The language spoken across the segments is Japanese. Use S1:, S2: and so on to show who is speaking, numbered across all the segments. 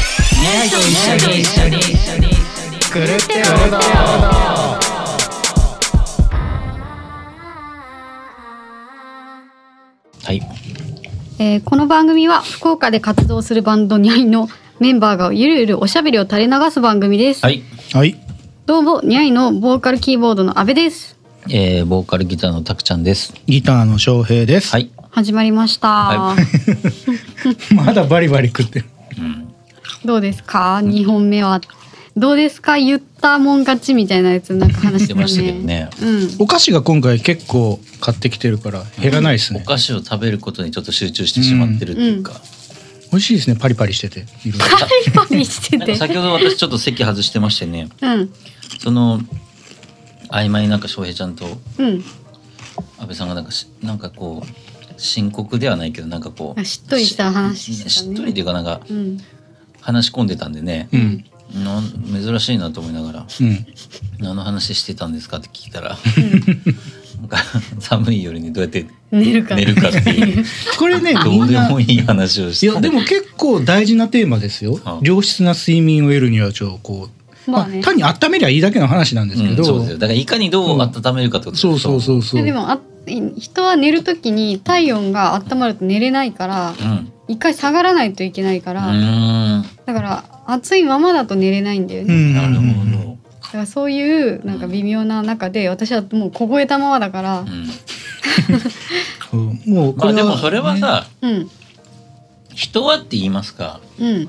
S1: 一緒に一緒に一緒に
S2: 狂ってるの
S3: はい。
S4: えーこの番組は福岡で活動するバンドニャイのメンバーがゆるゆるおしゃべりを垂れ流す番組です、
S3: はい。
S2: はい
S4: どうもニャイのボーカルキーボードの阿部です
S3: えー、ボーカルギターのたくちゃんです。
S2: ギターの翔平です、
S3: はい。
S4: 始まりました、
S3: は
S2: まだバリバリ食ってる
S4: どうですか2本目はどうですか言ったもん勝ちみたいなやつなんか話してた
S3: 言って
S4: ね
S3: ましたけ
S4: うん
S2: お菓子が今回結構買ってきてるから減らないです
S3: お
S2: ね、
S3: 菓子を食べることにちょっと集中してしまってるっていうか。
S2: 美味しいですねパリパリしてていろいろ
S4: パリパリして
S3: なんか
S4: て
S3: 先ほど私ちょっと席外してましてね、
S4: うん
S3: その、曖昧なんか翔平ちゃんと
S4: うん
S3: 安倍さんがなんかし、なんかこう、深刻ではないけど、なんかこう。
S4: あしっとりした話してたね
S3: しっとりっていうかなんか
S4: うん
S3: 話し込んでたんでね、
S2: うん
S3: なん珍しいなと思いながら
S2: うん
S3: 何の話してたんですかって聞いたら、 なんか寒い夜にどうやって
S4: 寝るか
S3: 寝るかっていう
S2: これね
S3: ど
S2: み
S3: うんで
S2: な
S3: もいい話をし
S2: い
S3: て
S2: やでも結構大事なテーマですよ
S3: あ
S2: 良質な睡眠を得るにはちょっとこう、
S4: まあね
S2: 単に温めりゃいいだけの話なんですけ
S3: う
S2: ど、
S3: ん、そうですよだからいかにどう温めるかってことです
S2: そ
S3: よ
S2: うそうそうそう
S4: ででもあ人は寝るときに体温が温まると寝れないから
S3: うんう
S4: 一回下がらないといけないから、
S3: ーん
S4: だから暑いままだと寝れないんだよ
S2: う
S4: ね、
S2: ん
S3: なるほ
S4: だからそういうなんか微妙な中で私はもう凍えたままだから
S3: ど、うん、
S2: うんもう
S3: ま
S2: こ
S3: あ
S2: れ
S3: で
S2: は、
S3: もそれはさ、
S4: うん
S3: 人はって言いますか
S4: うん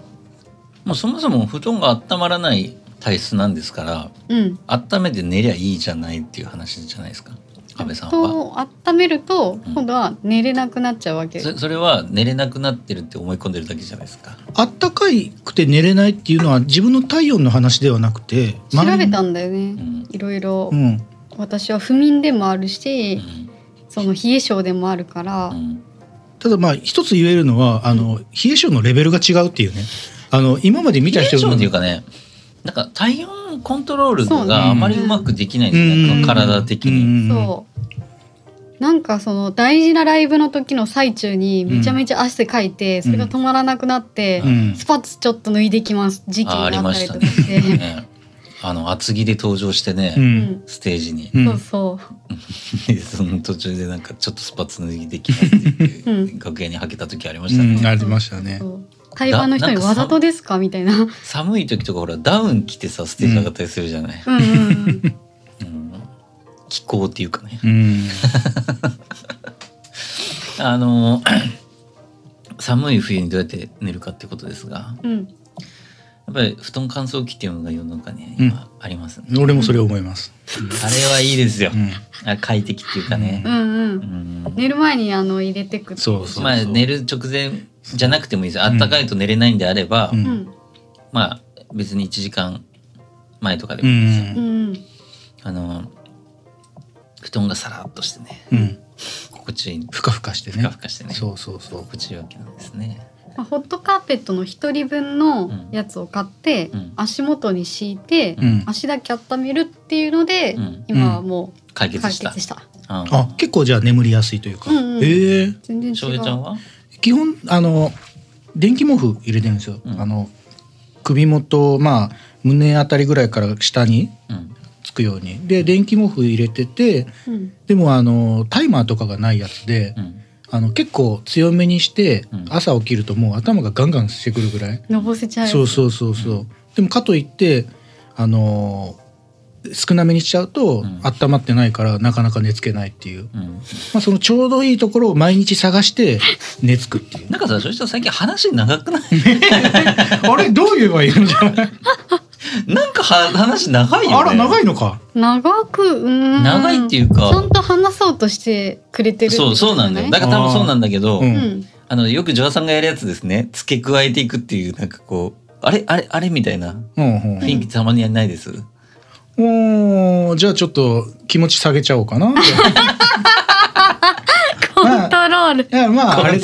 S3: もうそもそも布団が温まらない体質なんですから
S4: うん
S3: 温めて寝りゃいいじゃないっていう話じゃないですか安倍さんは。
S4: と温めると
S3: うん
S4: 今度は寝れなくなっちゃうわけ、
S3: そそれは寝れなくなってるって思い込んでるだけじゃないですか。
S2: あったかいくて寝れないっていうのは自分の体温の話ではなくて
S4: 調べた
S2: ん
S4: んだよ
S3: う
S4: ね
S3: ん
S4: いろいろ、
S2: うん
S4: 私は不眠でもある
S3: う
S4: し
S3: ん
S4: その冷え性でもあるから、
S3: うん
S2: ただまあ一つ言えるのはあの冷え性のレベルが違うっていうねあの今まで見た
S3: 冷え
S2: 人
S3: 性
S2: の
S3: っていうかねなんか体温コントロール
S4: そうね
S3: があまりうまくできないんですね、
S2: うん
S3: 体的に。
S2: うん
S4: そうなんかその大事なライブの時の最中にめちゃめちゃ汗かいて、それが止まらなくなって、
S2: うん
S4: スパッツちょっと脱いできます時期
S3: あ
S4: があ
S3: あ
S4: っ
S3: りま
S4: た
S3: し
S4: りと
S3: た
S4: か
S3: ね
S4: して、
S3: ねあの厚着で登場してね、
S2: う
S4: うんん
S3: ステージに、
S2: うん
S4: そうそう
S3: その途中でなんかちょっとスパッツ脱ぎできないっていう
S4: うん
S3: 楽屋にはけた時ありましたね、
S2: うんありましたね
S4: そう台湾の人に
S3: な
S4: 「わざとですか?」みたいなうん
S3: 寒い時とかほらダウン着てさステージ上がったりするじゃない、
S4: うんうん
S3: うん気候っていうかね
S2: うん
S3: あの 寒い冬にどうやって寝るかってことですが
S4: うん
S3: やっぱり布団乾燥機っていうのが世の中に今ありますね、
S2: 俺もそれ思います、
S3: あれはいいですよ
S2: う、ん
S3: あ快適っていうかね
S4: う、んう
S3: うんん
S4: 寝る前にあの入れてくって
S2: そうそうそう
S3: まあ寝る直前じゃなくてもいいですよあったかいと寝れないんであれば、
S2: うん
S4: うん
S3: まあ別に1時間前とかで
S2: う
S3: もいいですよ、
S2: ん
S4: うん
S3: あの布団がさらっとしてね
S2: うん、
S3: 心地いい
S2: ふかふかしてね
S3: ふかふかしてね
S2: そうそうそう
S3: 心地いいわけなんですね
S4: まあホットカーペットの一人分のやつを買って、
S3: うん
S4: 足元に敷いて、
S2: うん
S4: 足だけ温めるっていうので、
S3: うん
S4: 今はも
S3: 解
S4: う
S3: 決
S4: 解
S3: した
S4: 決した。
S3: あ
S2: あ結構じゃあ眠りやすいというか、
S4: うんうん
S2: ええ
S4: 全然違う。
S3: 翔平ちゃんは
S2: 基本あの電気毛布入れてるんですよ、
S3: うん
S2: あの首元まあ胸あたりぐらいから下に
S3: うん
S2: つくようにで電気毛布入れてて
S4: うん
S2: でもあのタイマーとかがないやつで、
S3: うん
S2: あの結構強めにして、
S3: うん
S2: 朝起きるともう頭がガンガンしてくるぐらい、
S4: のぼせちゃう。
S2: そうそうそうそう、でもかといってあの少なめにしちゃうと、
S3: ん
S2: 温まってないからなかなか寝つけないっていう、
S3: うん
S2: まあ、そのちょうどいいところを毎日探 して寝つくっていう
S3: なんかさ翔平ちゃん最近話長くない
S2: あれどう言えばいいのじゃない。
S3: なんかは話長いよね
S2: あら長
S3: い
S2: いのか。
S4: 長くうーん
S3: 長いっていうか
S4: ちゃんと話そうとしてくれてる。
S3: そうそうなんだよだ
S4: か
S3: から多分そうなんだけど、
S2: あーうん
S4: う
S2: ら
S4: ん
S3: あのよく女優さんがやるやつですね付け加えていくっていうなんかこうあれあれあれみたいな
S2: うん
S3: 雰囲気たまにやんないです、
S2: うん。おーじゃあちょっと気持ち下げちゃおうかな。
S4: コントロール。
S2: いやまああれ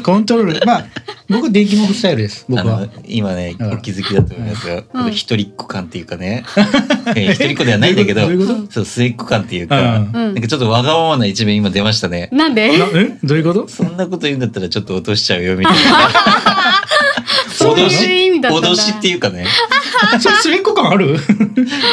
S2: コントロール。まあ僕は電気毛布スタイルです。僕
S3: あ
S2: は
S3: の。今ね
S2: うん
S3: お気づきだと思いますが、この一人っ子感っていうかね、えー一人っ子では
S2: ど
S3: ないんだけど
S2: ういうこと？どういうこ
S3: そう末っ子感っていうか、
S2: うん
S3: なんかちょっとわがままな一面今出ましたね、
S4: なんで
S2: と？なえどういうこ と？
S3: そんなこと言うんだったらちょっと落としちゃうよみたいな
S2: そん
S4: う
S3: 脅
S4: いう意
S3: し
S4: 味だったんだ
S3: 脅しっていうかね
S2: それ末っ子感ある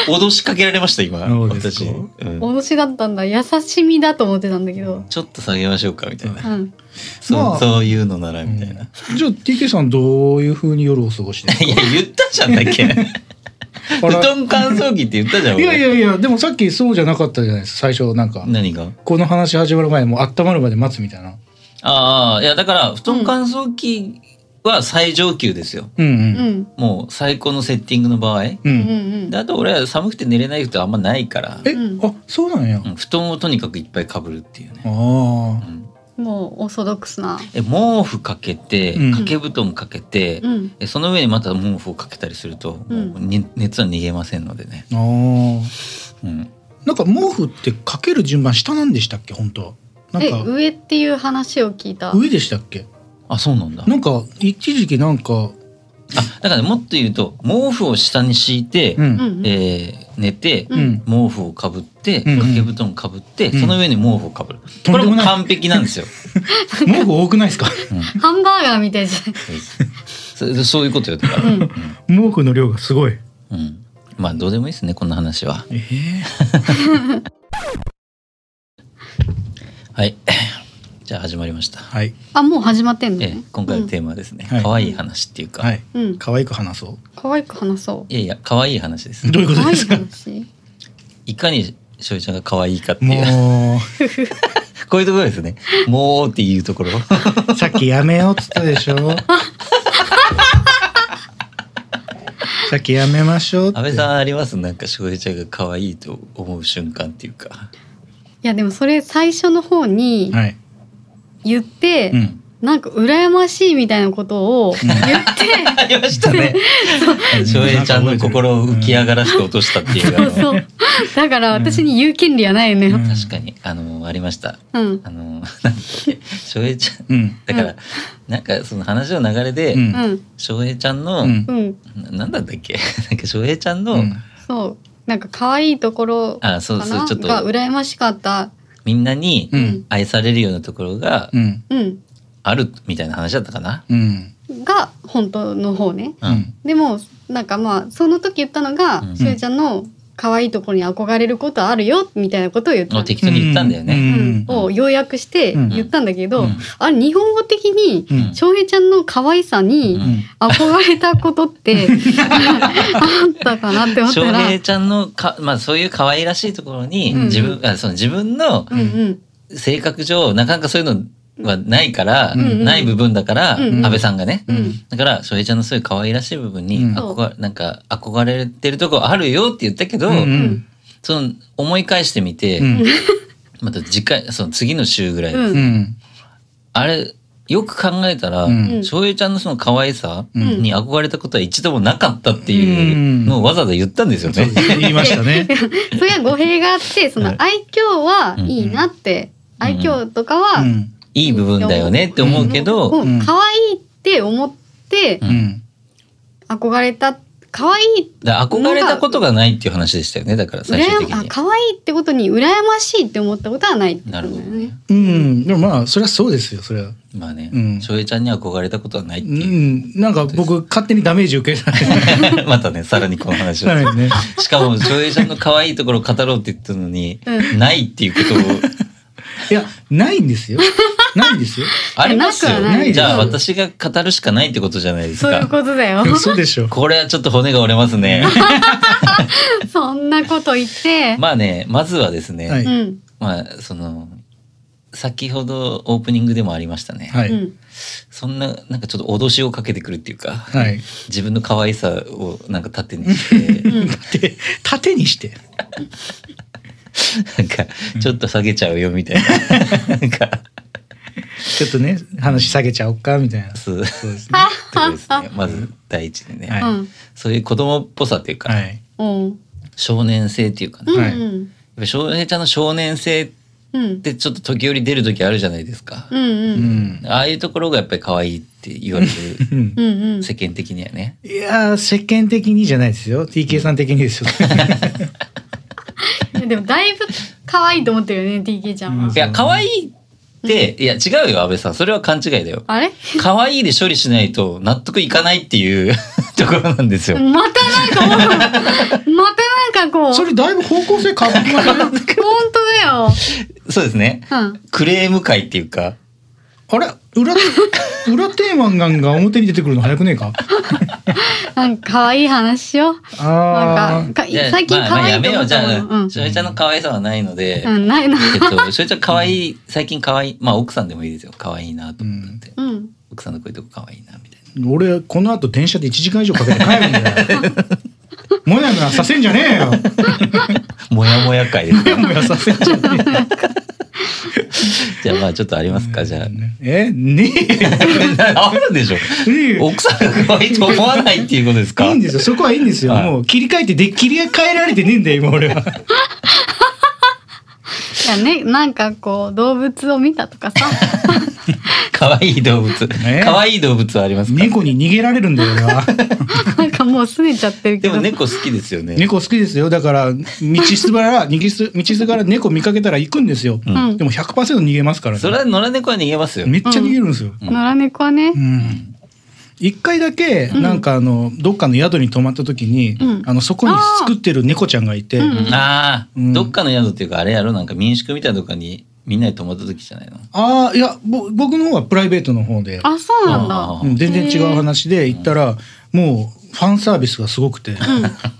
S3: 脅しかけられました今
S2: そうです
S3: 私、
S2: か
S3: うん
S4: 脅しだったんだ優しみだと思ってたんだけど、
S3: ちょっと下げましょうかみたいな、
S4: うん、
S3: そう
S2: まあ
S3: そういうのならみたいな、
S2: じゃあ TK さんどういうふうに夜を過ごしてるん
S3: い
S2: で
S3: や言ったじゃんだっ け布
S2: すか
S3: 団乾燥機って言ったじゃん俺
S2: いやいやいやでもさっきそうじゃなかったじゃないですか最初なんか
S3: 何が
S2: この話始まる前にもう温まるまで待つみたいな
S3: ああいやだから布団乾燥機は最上級ですよ、
S2: うんう
S4: うんん
S3: もう最高のセッティングの場合
S2: うん、
S4: うんうん
S3: であと俺は寒くて寝れないことあんまないから、
S2: え、
S4: うん
S2: あそうなんや、
S3: うん布団をとにかくいっぱいかぶるっていうね、
S2: あ
S3: う
S2: あ
S3: ん
S4: もうオーソドックスな
S3: え毛布かけて
S2: うん
S3: 掛け布団かけて、
S4: うん
S3: えその上にまた毛布をかけたりすると、
S4: うん
S3: もうね熱は逃げませんのでね、
S2: あー
S3: うん、
S2: なんか毛布ってかける順番下なんでしたっけ本当なん
S4: え
S2: か
S4: 上っていう話を聞いた
S2: 上でしたっけ
S3: あそうなんだ
S2: なんか一時期なんか
S3: あだからねもっと言うと毛布を下に敷いて、
S2: う
S4: うんん
S3: えー寝て、
S4: う
S2: うん
S3: 毛布をかぶって
S2: うん
S3: 掛け布団かぶって、
S2: うん
S3: その上に毛布をかぶる、
S2: とん
S3: これ
S2: で
S3: も
S2: もない
S3: 完璧なん ですよ、
S2: 毛布多くないですか
S3: うん
S4: ハンバーガーみたいじ
S3: そうそそういうことよだから、
S4: ゃん、うん、
S2: 毛布の量がすごい
S3: うん、まあどうでもいいですねこんな話は
S2: ええ
S3: はい。 じゃあ始まりました。
S2: はい
S4: あもう始まってんの
S3: ええ
S4: ね、
S3: 今回のテーマはですね。
S2: うんはい
S3: 可愛い話っていうか、、
S2: はいい
S4: うん
S2: 可愛く話そ
S4: 可愛く話そう
S3: やいや可愛い話です
S2: う。どういうこ
S4: 可
S2: と
S4: 愛
S2: で
S4: い
S2: すか
S4: 話
S3: いかにしおりちゃんが可愛いかっていう、
S2: も
S3: こういうところです ね。もうっていうところ。
S2: うさっきやめようっつったでしょさっきやめましょうって
S3: 安倍さんありますなんかしおりちゃんが可愛いと思う瞬間っていうか。
S4: いやでもそれ最初の方に
S2: はい
S4: 言って、
S2: うん
S4: なんか羨ましいみたいなことを言って
S3: ありましたね。しおりちゃんの心を浮き上がらせて落としたっていう。あの
S4: そうだから私に言う権利はないのよ、
S2: うん
S3: 確かにあのありました。
S4: うん
S3: あのなんだっけしおりちゃん
S2: うん
S3: だから、
S4: うん
S3: なんかその話の流れで、
S2: うん
S4: うん
S3: しおりちゃんの、
S2: うん
S4: うん
S3: ななんだったっけ なんか翔平ちゃんの、
S2: うん
S4: そうなんか可愛いところかな
S3: あそうそうちょっと
S4: が羨ましかった
S3: みんなに
S2: うん
S3: 愛されるようなところが
S2: うん
S4: うん
S3: あるみたいな話だったかな。
S2: うん
S4: が本当の方ね
S3: う
S2: うんん
S4: でもなんかまあその時言ったのが、
S3: うん
S4: しゅうちゃんの可愛いところに憧れることあるよみたいなことを言った
S3: を
S4: の、
S3: 適当に言ったんだよね。
S4: うん、を要約して
S2: うん
S4: 言ったんだけど、
S2: うん
S4: あれ日本語的に
S2: うん
S4: 翔平ちゃんの可愛さ
S3: う
S4: に
S3: ん
S4: 憧れたことってあったかなって思っ
S3: 翔
S4: たら、
S3: 平ちゃんのか、まあ、そういう可愛らしいところに
S4: うん
S3: 自分、あその自分の
S4: うんうん、
S3: 性格上なかなかそういうのはないから、
S4: うんうん
S3: ない部分だから、
S4: うんうん
S3: 安倍さんがね、
S4: うん
S3: だから翔平ちゃんのそういう可愛らしい部分に
S2: うん
S3: 憧れ、なんか憧れてるとこあるよって言ったけど、
S2: うんうん
S3: その思い返してみて、
S2: うん
S3: また次回その次の週ぐらい、
S4: うん
S2: うん
S3: あれよく考えたら、
S2: うん
S3: 翔平ちゃんのその可愛さ
S4: うん
S3: に憧れたことは一度もなかったっていうのをわざわざ言ったんですよ
S2: そう
S3: ね。
S2: 言いましたね
S4: それは語弊があってその愛嬌はいいなって、
S3: うん
S4: 愛嬌とかは、
S2: うん
S3: いい部分だよねって思うけど、
S4: もう
S2: うん
S4: 可愛いって思って
S2: うん
S4: 憧れた可愛い
S3: だから憧れたことがないっていう話でしたよねだから最終的
S4: 羨まあ
S3: に。
S4: 可愛いってことに羨ましいって思ったことはないってこ
S3: な
S4: と
S3: る
S4: だよ
S3: ほど
S4: ね
S3: ね。
S2: うんでもまあそれはそうですよそれは
S3: まあね
S2: うん
S3: 翔平、ちゃんに憧れたことはないっ
S2: う
S3: ていう、
S2: んなんか僕勝手にダメージ受けた
S3: またねさらにこの話を
S2: さ。らにね
S3: しかも翔平ちゃんの可愛いところを語ろうって言ったのに、
S4: う
S3: ないっていうことを
S2: いやないんで すよないんですよ
S3: ありますよ
S4: なくはない
S3: じゃあ私が語るしかないってことじゃないです
S4: そういう
S3: か。
S4: ことだよ。
S2: 嘘でしょ
S3: これはちょっと骨が折れますね。
S4: そんなこと言って、
S3: まあね、まずはですね、
S2: はいうは
S4: ん、
S3: まあその先ほどオープニングでもありましたね、
S4: う
S2: い
S4: ん、
S3: そんななんかちょっと脅しをかけてくるっていうか、
S2: はい
S3: 自分の可愛さをなんか盾にして
S4: うん、
S2: で縦にして
S3: なんかちょっと下げちゃうよみたいななんか
S2: ちょっとね話下げちゃおっかみたいな
S3: そうと
S2: そうですね
S3: こ
S4: は
S3: ろですねまず第一でね、
S2: はい
S4: うん、
S3: そういう子供っぽさっていうか、
S2: はい
S4: うん、
S3: 少年性っていうかね、
S4: う
S3: やっ
S2: はい
S4: ん、
S3: ぱ少年ちゃんの少年性っ
S4: うん、
S3: てちょっと時折出る時あるじゃないですか、
S4: うん、う、
S2: うんん
S3: ああいうところがやっぱり可愛いって言われて
S2: うん
S4: うん、うん
S3: る、世間的にはね
S2: いやー世間的にじゃないですよ TK さん的にですよ
S4: でもだいぶ可愛いと思ってるよね、T. K. ちゃんは。
S3: いや可愛いて、いや違うよ安倍さんそれは勘違いだよ
S4: あれ
S3: 可愛いで処理しないと納得いかないっていう ところなんですよ。
S4: またなんかもう またなんかこう
S2: そ
S4: 本
S2: れだいぶ方向性変わってません
S4: 当だよ、
S3: そうですね。
S4: うん、
S3: クレーム会っていうか、
S2: あれ裏裏テーマガンが表に出てくるの早くねえか
S4: なんか可愛い話しような
S2: あ
S4: んかか
S3: いや
S4: 最近
S3: まあ
S4: 可
S3: まあ
S4: 愛
S3: や
S4: い
S3: め
S4: と
S3: よ
S4: 思
S3: う
S4: っ
S3: じゃ
S4: たもの
S3: あしおりちゃんの可愛さはないので、
S4: うん、うん、ないな
S3: えっとしおりちゃん可愛い最近可愛いまあ奥さんでもいいですよ可愛いなと思って、
S4: うん
S3: 奥さんのこういうとこ可愛いなみたいな。
S2: ー俺この後電車で1時間以上かけて帰るんだ よもやもやさせんじゃねえよ
S3: もやもや会です ね。
S2: もやさせんじゃねえよ
S3: じゃあまあちょっとありますかじゃあ。
S2: えね
S3: あるでしょ。
S2: えねえ
S3: 奥さんが可愛いと思わないっていうことですか。
S2: いいんですよ。そこはいいんですよ。
S3: はい
S2: もう切り替えてで切り替えられてねえんだよ今俺は。
S4: いやねなんかこう動物を見たとかさ
S3: 可愛い動物。
S2: ね
S3: 可愛い動物はありますか。
S2: 猫に逃げられるんだよ俺は。
S4: なんかもう拗ねちゃってるけ
S3: で
S4: ど
S3: も猫好きですよね。
S2: 猫好きですよ。だから道すばら逃げす道すがら猫見かけたら行くんですよ。
S4: うん
S2: でも100%逃げますからね。
S3: それは野良猫は逃げますよ。
S2: めっちゃ逃げるんですよ。
S4: 野良猫はね
S2: う、ん。一回だけなんかあのどっかの宿に泊まった時に、
S4: うん
S2: あのそこに作ってる猫ちゃんがいて、
S4: うん
S3: ああ、
S2: うん
S3: どっかの宿っていうかあれやろなんか民宿みたいなとこにみんなで泊まった時じゃないの
S2: ああいやぼ僕の方はプライベートの方で、
S4: あそうなん
S3: あ
S4: だ
S2: うん全然違う話で行ったらもうファンサービスがすごくて、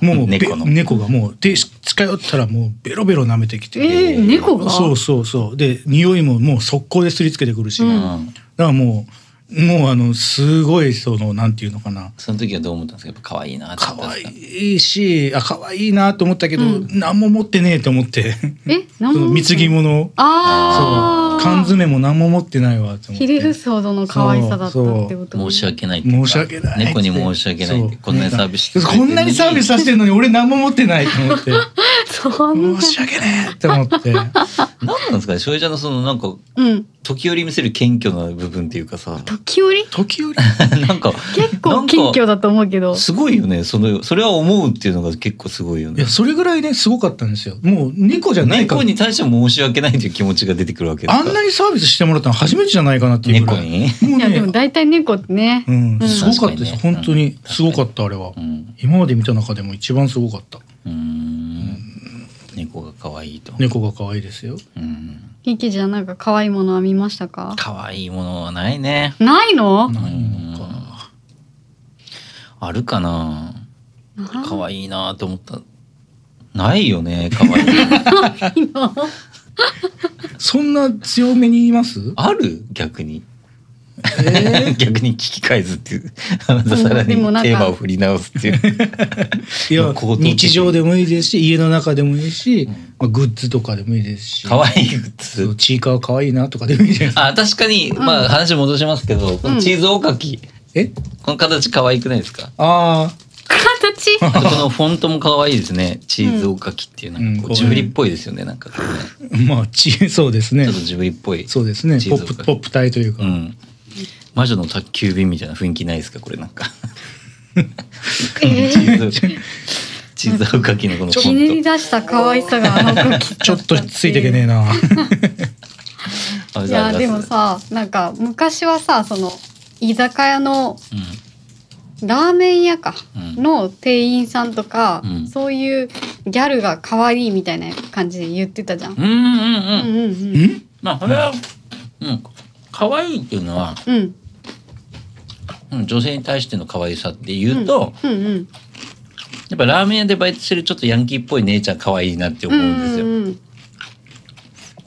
S2: もうべ
S3: 猫の
S2: 猫がもう手近寄ったらもうベロベロ舐めてきて。
S4: えー、猫が
S2: そうそうそうで匂いももう速攻ですりつけてくるし、
S4: う
S2: だ
S4: ん
S3: うん
S2: からもうもうあのすごいそのなんていうのかな
S3: その時はどう思ったんですかやっぱ可愛いなって思った
S2: 可
S3: んですか
S2: 愛いしあ可愛いなと思ったけど、
S4: うん
S2: 何も持ってねえと思って
S4: え
S2: そ
S4: 何
S2: の
S4: も
S2: 貢ぎ物
S4: ああ
S2: そう缶詰も何も持ってないわと思
S4: ひ
S2: って
S4: れ伏すほどの可愛さだったってこと
S3: 申し訳ないっていうか
S2: 申し訳ない
S3: 猫に申し訳ないって
S2: そう
S3: こんなにサービス
S2: こんなにサービスさせてるのに俺何も持ってないと思 って。
S4: そんな
S2: 申し訳ねえって思って。
S3: 何なんですかねしおりちゃんのそのなんか
S4: うん
S3: 時折見せる謙虚な部分っていうか さ
S4: 時折
S2: 時折。
S3: なんか
S4: 結構謙虚だと思うけど
S3: すごいよねそのそれは思うっていうのが結構すごいよ
S2: い
S3: ね
S2: や、それぐらいね、すごかったんですよ。もう猫じゃないか
S3: 猫
S2: ら。
S3: に対して申し訳ないという気持ちが出てくるわけです
S2: あ
S3: か
S2: んなにサービスしてもらったの初めてじゃないかなっていうぐら
S3: 猫
S2: い。
S3: に、
S2: もう
S4: いやでも
S2: ね、
S4: 大体猫ってね
S2: う、ん、
S4: うん
S2: すごかったです。
S3: 確かにね
S2: 本当に、すごかった、あれは
S3: う。ん、
S2: 今まで見た中でも一番すごかった。
S3: うーん猫が可愛いと、
S2: 猫が可愛いですよ。
S3: うん
S4: キキちゃんなんか可愛いものは見ましたか
S3: 可愛いものはないね。
S4: ないの
S2: な
S3: うんんあるかな。可愛いなと思った。ないよね。可愛い の。
S2: そんな強めに言います
S3: ある逆に。
S2: え
S3: 逆に聞き返すっていう。またさらに
S4: で
S3: テ
S4: もなんか
S3: ーマを振り直すってい う。
S2: いや
S3: 肯定的
S2: 日常でもいいですし家の中でもいいし、
S3: ん
S2: まあ、グッズとかでもいいですし
S3: 可愛いグッ
S2: そ
S3: ズ
S2: う。チーカー可愛いなとかでもいいじゃないですか
S3: あ確かに、まあ話戻しますけど、このチーズおかき。
S2: え
S3: この形可愛くないです か
S2: あ
S4: 形
S3: あとこのフォントも可愛いですね。チーズおかきっていうなんかこ
S2: うん
S3: うジブリっぽいですよね。なんかこうね
S2: あ まあちそうですね
S3: ちょっとジブリっぽい。
S2: そうですね
S3: チー
S2: ポ
S3: ズ
S2: ッ
S3: とか
S2: プポップ体というか、
S3: うん。魔女の宅急便みたいな雰囲気ないですかこれなんか。
S4: え
S3: チ
S4: ー
S3: ーズ、チーズおかきのこのフ
S4: ひね
S3: ォ
S4: り
S3: ン
S4: 出した可愛さがあの時
S2: ちょっとついていけねえな
S3: ト。あ
S4: いやでも、さなんか昔はさその居酒屋の
S3: じゃあうん
S4: ラーメン屋か、
S3: うん
S4: の店員さんとか、
S3: うん
S4: そういうギャルが可愛いみたいな感じで言ってたじゃん。
S3: うんうんう
S4: うん
S3: ん。
S4: うんうん
S2: ん
S3: まあそれは、うん、可愛いっていうのは、
S4: うん
S3: うん女性に対しての可愛さっていうと、
S4: うんうん
S3: やっぱラーメン屋でバイトしてるちょっとヤンキーっぽい姉ちゃん可愛いなって
S4: う
S3: 思
S4: ん
S3: うんですよ。
S4: うんうん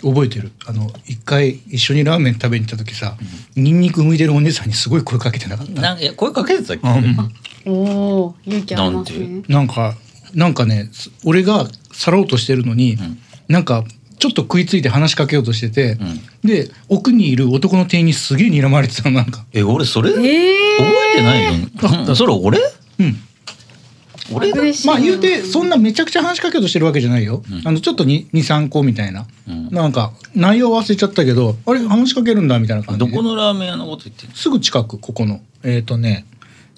S2: 覚えてるあの一回一緒にラーメン食べに行った時さ、ニンニク剥いてるお姉さんにすごい声かけてなかった
S3: なんかいや声かけてたっけ？
S2: うん
S4: おお勇気あります
S3: な
S4: ね。
S2: なんかなんかねす俺が去ろうとしてるのに、
S3: ん
S2: なんかちょっと食いついて話しかけようとしてて、
S3: ん
S2: で奥にいる男の店員にすげえ睨まれてたのなんか
S3: え、俺それ覚
S4: ええ
S3: えてないよ。うん それ俺？
S2: うん
S3: 俺
S4: ー、
S3: だ。
S4: 嬉しいな
S2: まあ言うてそんなめちゃくちゃ話しかけようとしてるわけじゃないよ、
S3: うん
S2: あのちょっと23個みたいな、
S3: うん
S2: なんか内容忘れちゃったけどあれ話しかけるんだみたいな感じ
S3: ど
S2: で
S3: このラーメン屋のこと言ってんの？
S2: すぐ近くここのえっ、とね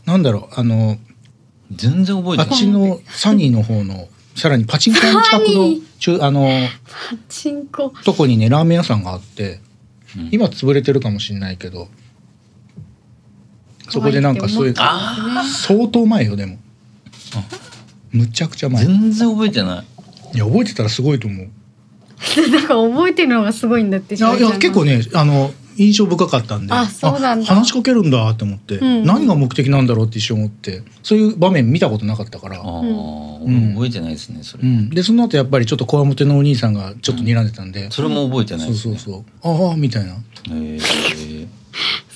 S2: なんだろうあの
S3: 全然覚え
S2: あ
S3: て
S2: っ
S3: ない
S2: ち。のサニーの方のさらにパチンコ屋の近く
S4: サ
S2: の
S4: ニ
S2: 中あの
S4: パチンコ
S2: とこにねラーメン屋さんがあって
S3: うん
S2: 今潰れてるかもしれないけどそこでなんかそういう
S4: 可
S3: あ
S2: 相当前よでもむちゃくちゃ
S3: あ
S2: 前い
S3: 全然覚えてない
S2: や覚えてたらすごいと思う
S4: なんか覚えてるのがすごいんだって
S2: いやいや結構
S4: ね
S2: ねあの印象深かったんで
S4: あそうなんだ
S2: あ話しかけるんだって思って、
S4: うん
S2: 何が目的なんだろうって一瞬思ってそういう場面見たことなかったから、
S3: ああ、
S2: ん
S3: 俺覚えてないですねそれ、
S2: うん、でその後やっぱりちょっとこわもてのお兄さんがちょっと睨んでたんで、
S3: それも覚えてない
S2: そう
S3: です
S2: そ
S3: ね
S2: うそうああみたいな
S3: へえ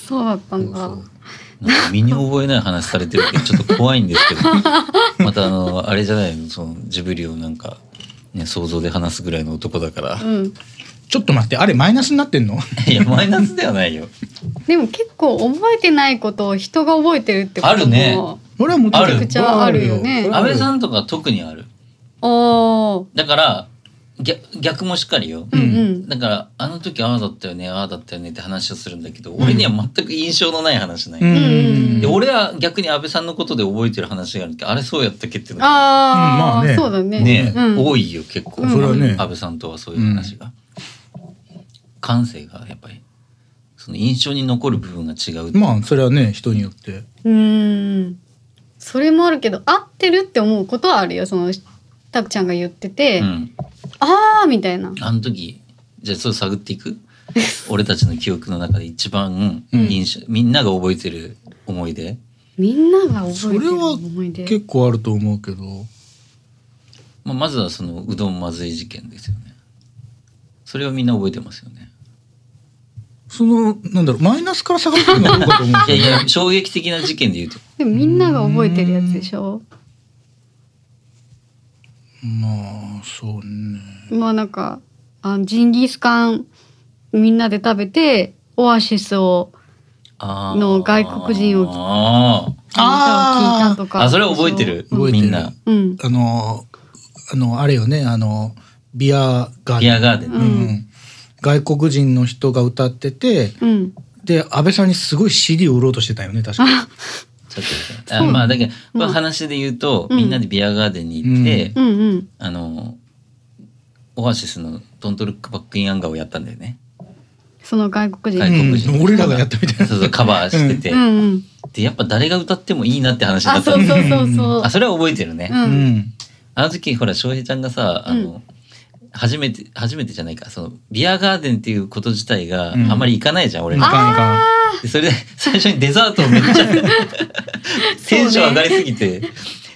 S4: そうだったんだ
S2: そうそう
S3: なんか身に覚えない話されてるけどちょっと怖いんですけ どまたあのあれじゃないそのジブリをなんか、ね、想像で話すぐらいの男だから、
S4: うん
S2: ちょっと待ってあれマイナスになってんの
S3: いやマイナスではないよ
S4: でも結構覚えてないことを人が覚えてるってこと
S3: あ
S4: も
S3: るね
S2: 俺はもちろん
S3: あるめちゃ
S4: くちゃあるよね
S2: 俺
S3: 安
S2: はある
S3: 倍さんとか特にある
S4: おー
S3: だから逆逆もしっかりよ、
S4: うんうん、
S3: だからあの時ああだったよねああだったよねって話をするんだけど、俺には全く印象のない話ない、
S2: うん
S4: うんうん
S3: で俺は逆に安倍さんのことで覚えてる話があるけどあれそうやったっけっていうのが
S4: あー、
S2: うんまあね
S4: そうだね
S3: ね、
S4: うん、
S3: 多いよ結構、
S4: うんそれは
S2: ね
S3: 安倍さんとはそういう話が、感性がやっぱりその印象に残る部分が違う、
S2: まあそれはね人によって
S4: うーんそれもあるけど合ってるって思うことはあるよそのたくちゃんが言ってて、
S3: うん、
S4: あーみたいな
S3: あの時じゃあそれ探ってい く俺たちの記憶の中で一番
S4: うん
S3: 印象、みんなが覚えてる思い出
S4: みんなが覚
S2: そ
S4: えて
S2: れ
S4: る
S2: は
S4: 思い出
S2: 結構あると思うけど
S3: まあ、まずはそのうどんまずい事件ですよねそれをみんな覚えてますよね
S2: そのなんだろうマイナスから下がってるのかどうかと思う
S3: いやいや衝撃的な事件で言うと
S4: でもみんなが覚えてるやつでしょ
S2: まあそうね
S4: まあなんかあのジンギスカンみんなで食べてオアシスを
S3: あー
S4: の外国人を
S3: あ
S4: あなたを聞いたと
S3: ー
S4: か
S3: あそれは覚えてる
S2: 覚えて
S3: み
S2: る
S3: んな
S4: うん
S2: あのあのあれよねあのビアガーデン
S3: ビアガーデン
S4: う
S2: うんん外国人の人が歌ってて
S4: うん
S2: で安倍さんにすごい CD を売ろうとしてたよね確か
S3: ちょっとあまあだけど、
S4: うん
S3: まあ話で言うと、
S4: うん
S3: みんなでビアガーデンに行って、
S4: うんうん
S3: あのオアシスの「ドントルックバックインアンガー」をやったんだよね
S4: その外国人、
S3: 外国人、
S2: うん俺らがやったみたいな
S3: そうそうカバーしてて、
S4: うんうん
S3: でやっぱ誰が歌ってもいいなって話にな
S4: あ
S3: った
S4: そう
S3: の
S4: そうそうそう
S3: あそれは覚えてるね、
S4: うん
S2: う
S4: うん
S2: ん
S3: あの時ほら翔平ちゃんがさあの、
S4: う
S3: 初めて初めてじゃないかそのビアガーデンっていうこと自体が
S2: うん
S3: あんまり行かないじゃん、俺
S2: い
S3: ら
S2: かんいか
S3: でそれで最初にデザートをめっちゃテンション上がりすぎて、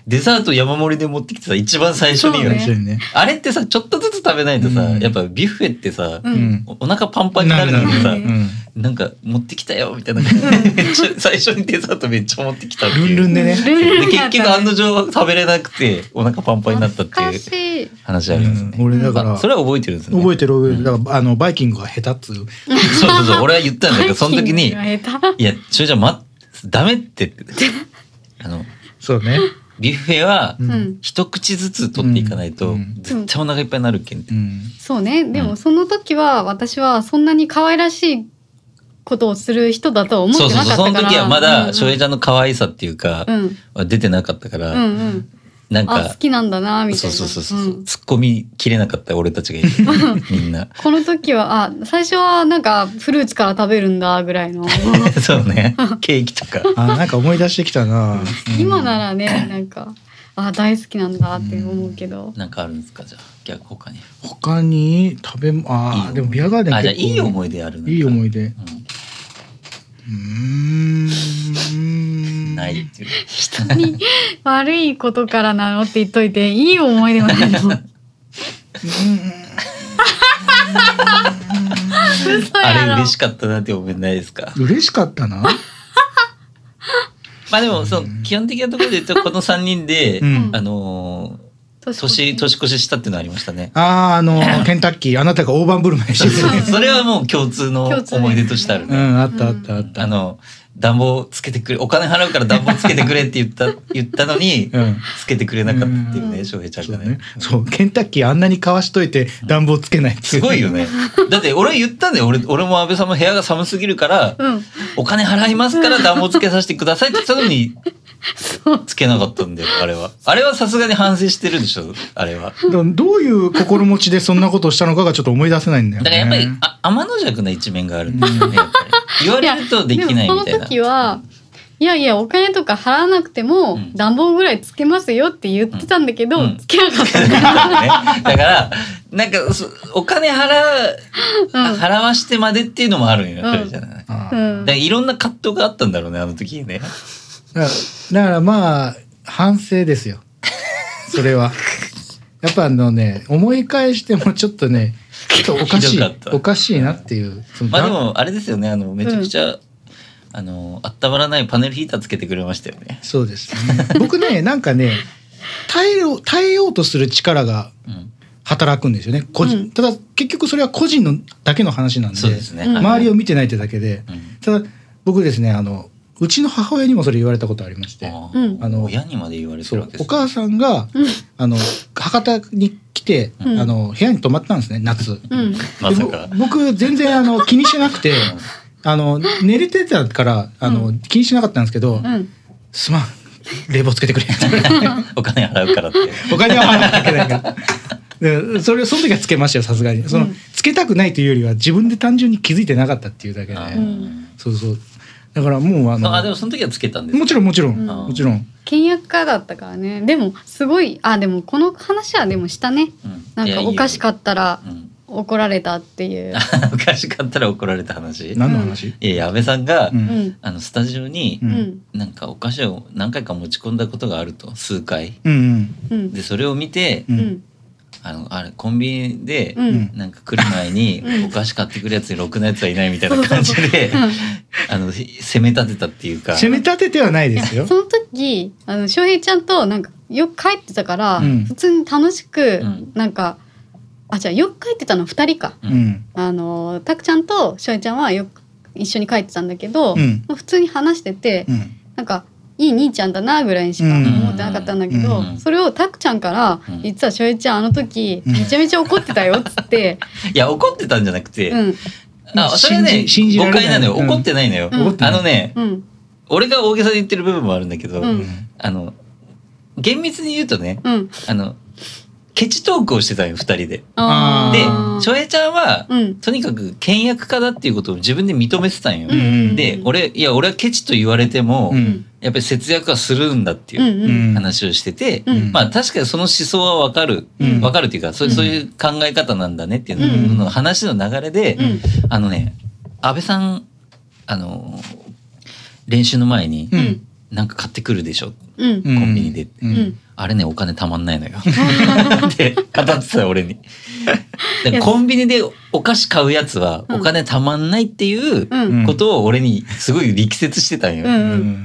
S3: デザート山盛りで持ってきてさ一番最初に
S4: そ
S3: よ
S4: うん
S2: 一緒にね
S3: あれってさちょっとずつ食べないとさ、
S2: うん
S3: やっぱビュッフェってさ、
S4: うん
S2: うん
S3: おお腹パンパンになるのにさ
S2: う
S4: なるなる
S2: ん
S3: なんか持ってきたよみたい な感じでめっちゃ最初にデザートめっちゃ持ってきたって
S2: ル
S3: い
S2: ン
S3: う
S2: ルンでね
S4: ルンルン
S3: で
S4: だ
S3: 結
S4: った
S3: 局
S4: ね
S3: 案の定は食べれなくてお腹パンパンになったってい
S4: 懐か
S3: う
S4: しい
S3: 話ありますね、
S2: うん俺だから
S3: あそれは覚えてるんですね
S2: 覚えてる覚えてるだからあのバイキングが下手っつう
S3: そうそうそう俺は言ったんだけどその時に
S4: バイキングが下
S3: 「いやちょじゃん待ってダメ」 ってあの
S2: そうね
S3: ビュッフェは
S4: 手
S2: うん
S4: うん
S3: 一口ずつ取っていかないと、
S2: うん
S3: 絶対お腹いっぱいになるけんって、
S2: うん
S4: そうねでもその時は私はそんなに可愛らしいことをする人だとは思っ
S3: そう
S4: て
S3: そう
S4: な
S3: そ
S4: か
S3: う
S4: ったか
S3: そ
S4: ら
S3: の時はま
S4: うんう
S3: だ
S4: ん
S3: 翔平ちゃんの可愛さっていうか、
S4: うん
S3: は出てなかったから、
S4: うんうん
S3: なん
S4: あ
S3: か
S4: 好きなんだなみた
S3: そ
S4: いうな
S3: そうそうそう、
S4: ん
S3: 突っ込みきれなかった俺たちがいる みんな
S4: この時はあ最初はなんかフルーツから食べるんだぐらい の
S3: そうねケーキとか
S2: あなんか思い出してきたな、うん
S4: 今ならねなんかあ大好きなんだって思うけど、
S3: なんかあるんですかじゃあ逆他に
S2: 他に食べもあ
S3: いい
S2: ーでもビアガーデン
S3: あじゃあい
S2: 結構
S3: い思い出ある
S2: いい思
S3: い
S2: い出うーん
S3: ないっていうか
S4: 人に悪いことからなのって言っといていい思い出はないの 嘘
S3: あ
S4: や
S3: れ
S4: ろ
S3: 嬉しかったなって思えないですか
S2: 嬉しかったな
S3: まあでもその基本的なところで言うとこの3人で、
S2: うん
S3: あのー
S4: 年
S3: 年年越ししたっていうのありましたね
S2: あー あのケンタッキーあなたが大盤振る舞いして
S4: う
S2: る
S4: ん
S3: それはもう共通の
S4: 共通です
S3: 思い出としてある
S2: う
S3: ね。
S2: んあったあったあった
S3: あの暖房つけてくれお金払うから暖房つけてくれって言った 言ったのに、
S2: うん
S3: つけてくれなかったっていう
S4: う
S3: ね
S4: ん
S3: 翔平ちゃん
S2: そう
S3: が
S2: ね
S3: ね。
S2: そうケンタッキーあんなにかわしといて暖房つけないっていう
S3: すごいよ ね。だって俺言ったんだよ俺俺も安倍さんも部屋が寒すぎるから、
S4: うん
S3: お金払いますから暖房つけさせてくださいって言ったのに
S4: そう
S3: つけなかったんだよあれはあれはさすがに反省してるでしょあれは
S2: だからどういう心持ちでそんなことをしたのかがちょっと思い出せないんだよ
S3: だか
S2: ね。
S3: らやっぱりあ天の弱な一面があるんですよねやっぱり言われるとできないみたい
S4: でもその
S3: な
S4: 時はいやいやお金とか払わなくても
S3: ん
S4: 暖房ぐらいつけますよって言ってたんだけど、
S3: うん
S4: つけなかっ
S3: だ からねだからなんかそお金払う、
S4: うん
S3: 払わしてまでっていうのもあるんよやっぱりじゃない、
S2: あ
S4: た。う
S2: あ
S4: ん
S3: でいろんな葛藤があったんだろうねあの時にね
S2: だからだからまあ反省ですよ。それは。やっぱあのね思い返してもちょっとねちょっとおかし
S3: ひ
S2: い
S3: どかった
S2: おかしいなっていう。その
S3: まあで
S2: だ
S3: もあれですよねあのめちゃくちゃ、あの温まらないパネルヒーターつけてくれましたよね、
S2: そうです、ね。僕ねなんかね耐えろ耐えようとする力が
S3: うん、
S2: 働くんですよね。個人
S4: うん
S2: ただ結局それは個人のだけの話なんで
S3: そうですね、
S4: うん
S2: 周り
S3: を、
S2: を見てないってだけで。
S3: うん
S2: ただ僕ですねあのうちの母親にもそれ言われたことありまして
S3: あ
S4: うん
S3: あの親にまで言われて
S2: そ
S3: るわ
S2: う
S3: けです
S2: お
S3: ね
S2: 母さんが、
S4: うん
S2: あの博多に来て、
S4: うん
S2: あの部屋に泊まったんですね夏。
S4: うん
S3: ま
S2: で
S3: さ
S2: ぼ
S3: か
S2: 僕全然あの気にしてなくてあの寝れてたからあの、
S4: う
S2: 気にしなかったんですけど「
S4: うん
S2: すまん冷房つけてくれ」 って言われて
S3: お金払うからって
S2: お金は払わなきゃいけないから。でそれその時はつけましたよさすがにその、
S4: うん
S2: つけたくないというよりは自分で単純に気づいてなかったっていうだけで、
S3: あ
S4: ん
S2: そうそうだからもうあ
S3: ー
S2: の
S3: あでもその時はつけたんです
S2: もちろんもちろん、
S4: うん
S2: もちろん。
S4: 倹約家だったからねでもすごいあでもこの話はでもしたねなんかおかしか
S3: っ
S4: ったら
S3: た
S4: 怒られたっていう、
S3: おかしかったら怒られた話い
S2: 何の話？
S3: やいや安倍さんが、
S2: うん
S4: うん
S3: あのスタジオに、
S2: う
S4: うんん
S3: なんかお菓子を何回か持ち込んだことがあると数回
S2: うん
S4: うん
S3: でそれを見て、
S2: う
S4: うんん
S3: あのあれコンビニで、
S4: うん
S2: うん
S3: なんか来る前に
S4: うん
S3: お菓子買ってくるやつにろくなやつはいないみたいな感じであの攻め立てたっていうか
S2: 攻め立ててはないですよ
S4: そ。の時あの翔平ちゃんとなんかよく帰ってたから、
S2: うん
S4: 普通に楽しく
S3: うん
S4: なんか、あじゃあよく帰ってたの2人か
S2: う
S3: うん
S4: あのたくちゃんと翔平ちゃんはよく一緒に帰ってたんだけど、
S2: うん
S4: もう普通に話してて、
S2: うん
S4: なんかいい兄ちゃんだなぐらいにしか思ってなかったんだけど、
S3: うんうん
S4: それをたくちゃんから、
S3: うん
S4: 実は翔平ちゃんあの時
S2: うん
S4: めちゃめちゃ怒ってたよっつって、
S3: いや怒ってたんじゃなくて、
S4: うん
S3: あそれはね
S2: 信じ信じられ
S3: 誤
S2: ない
S3: 解なのよ
S2: うん
S3: 怒ってないのよ、
S4: うん
S2: 怒ってな
S3: あ
S2: い
S3: のね
S4: うん
S3: 俺が大げさに言ってる部分もあるんだけど、
S4: うん
S3: あの厳密に言うとね
S4: うん、
S3: あのケチトークをしてたのよ2人で。で
S2: あー
S3: 翔平ちゃんは、
S4: うん
S3: とにかく倹約家だっていうことを自分で認めてたんよ。
S4: うん
S2: うん
S3: で俺いや俺はケチと言われても、
S2: うん
S3: やっぱり節約はするんだっていう
S4: うんうん
S3: 話をしてて、
S4: うん
S3: まあ確かにその思想はわかる、
S2: うん
S3: わかるっていうか、そう
S4: うん
S3: そういう考え方なんだねっていうの
S4: うん
S3: の話の流れで、
S4: うん
S3: あのね、安倍さん、あの、練習の前に
S2: う、
S4: うん
S2: ん
S3: なんか買ってくるでしょ。
S4: うん
S2: うん
S3: コンビニで
S2: う
S4: うんん
S3: あれね、お金たまんないのよ。って語ってたよ、俺に。でコンビニでお菓子買うやつは、
S4: うん
S3: お金たまんないっていう
S4: うん
S2: ん
S3: ことを俺にすごい力説してたんよ。
S4: うん
S2: う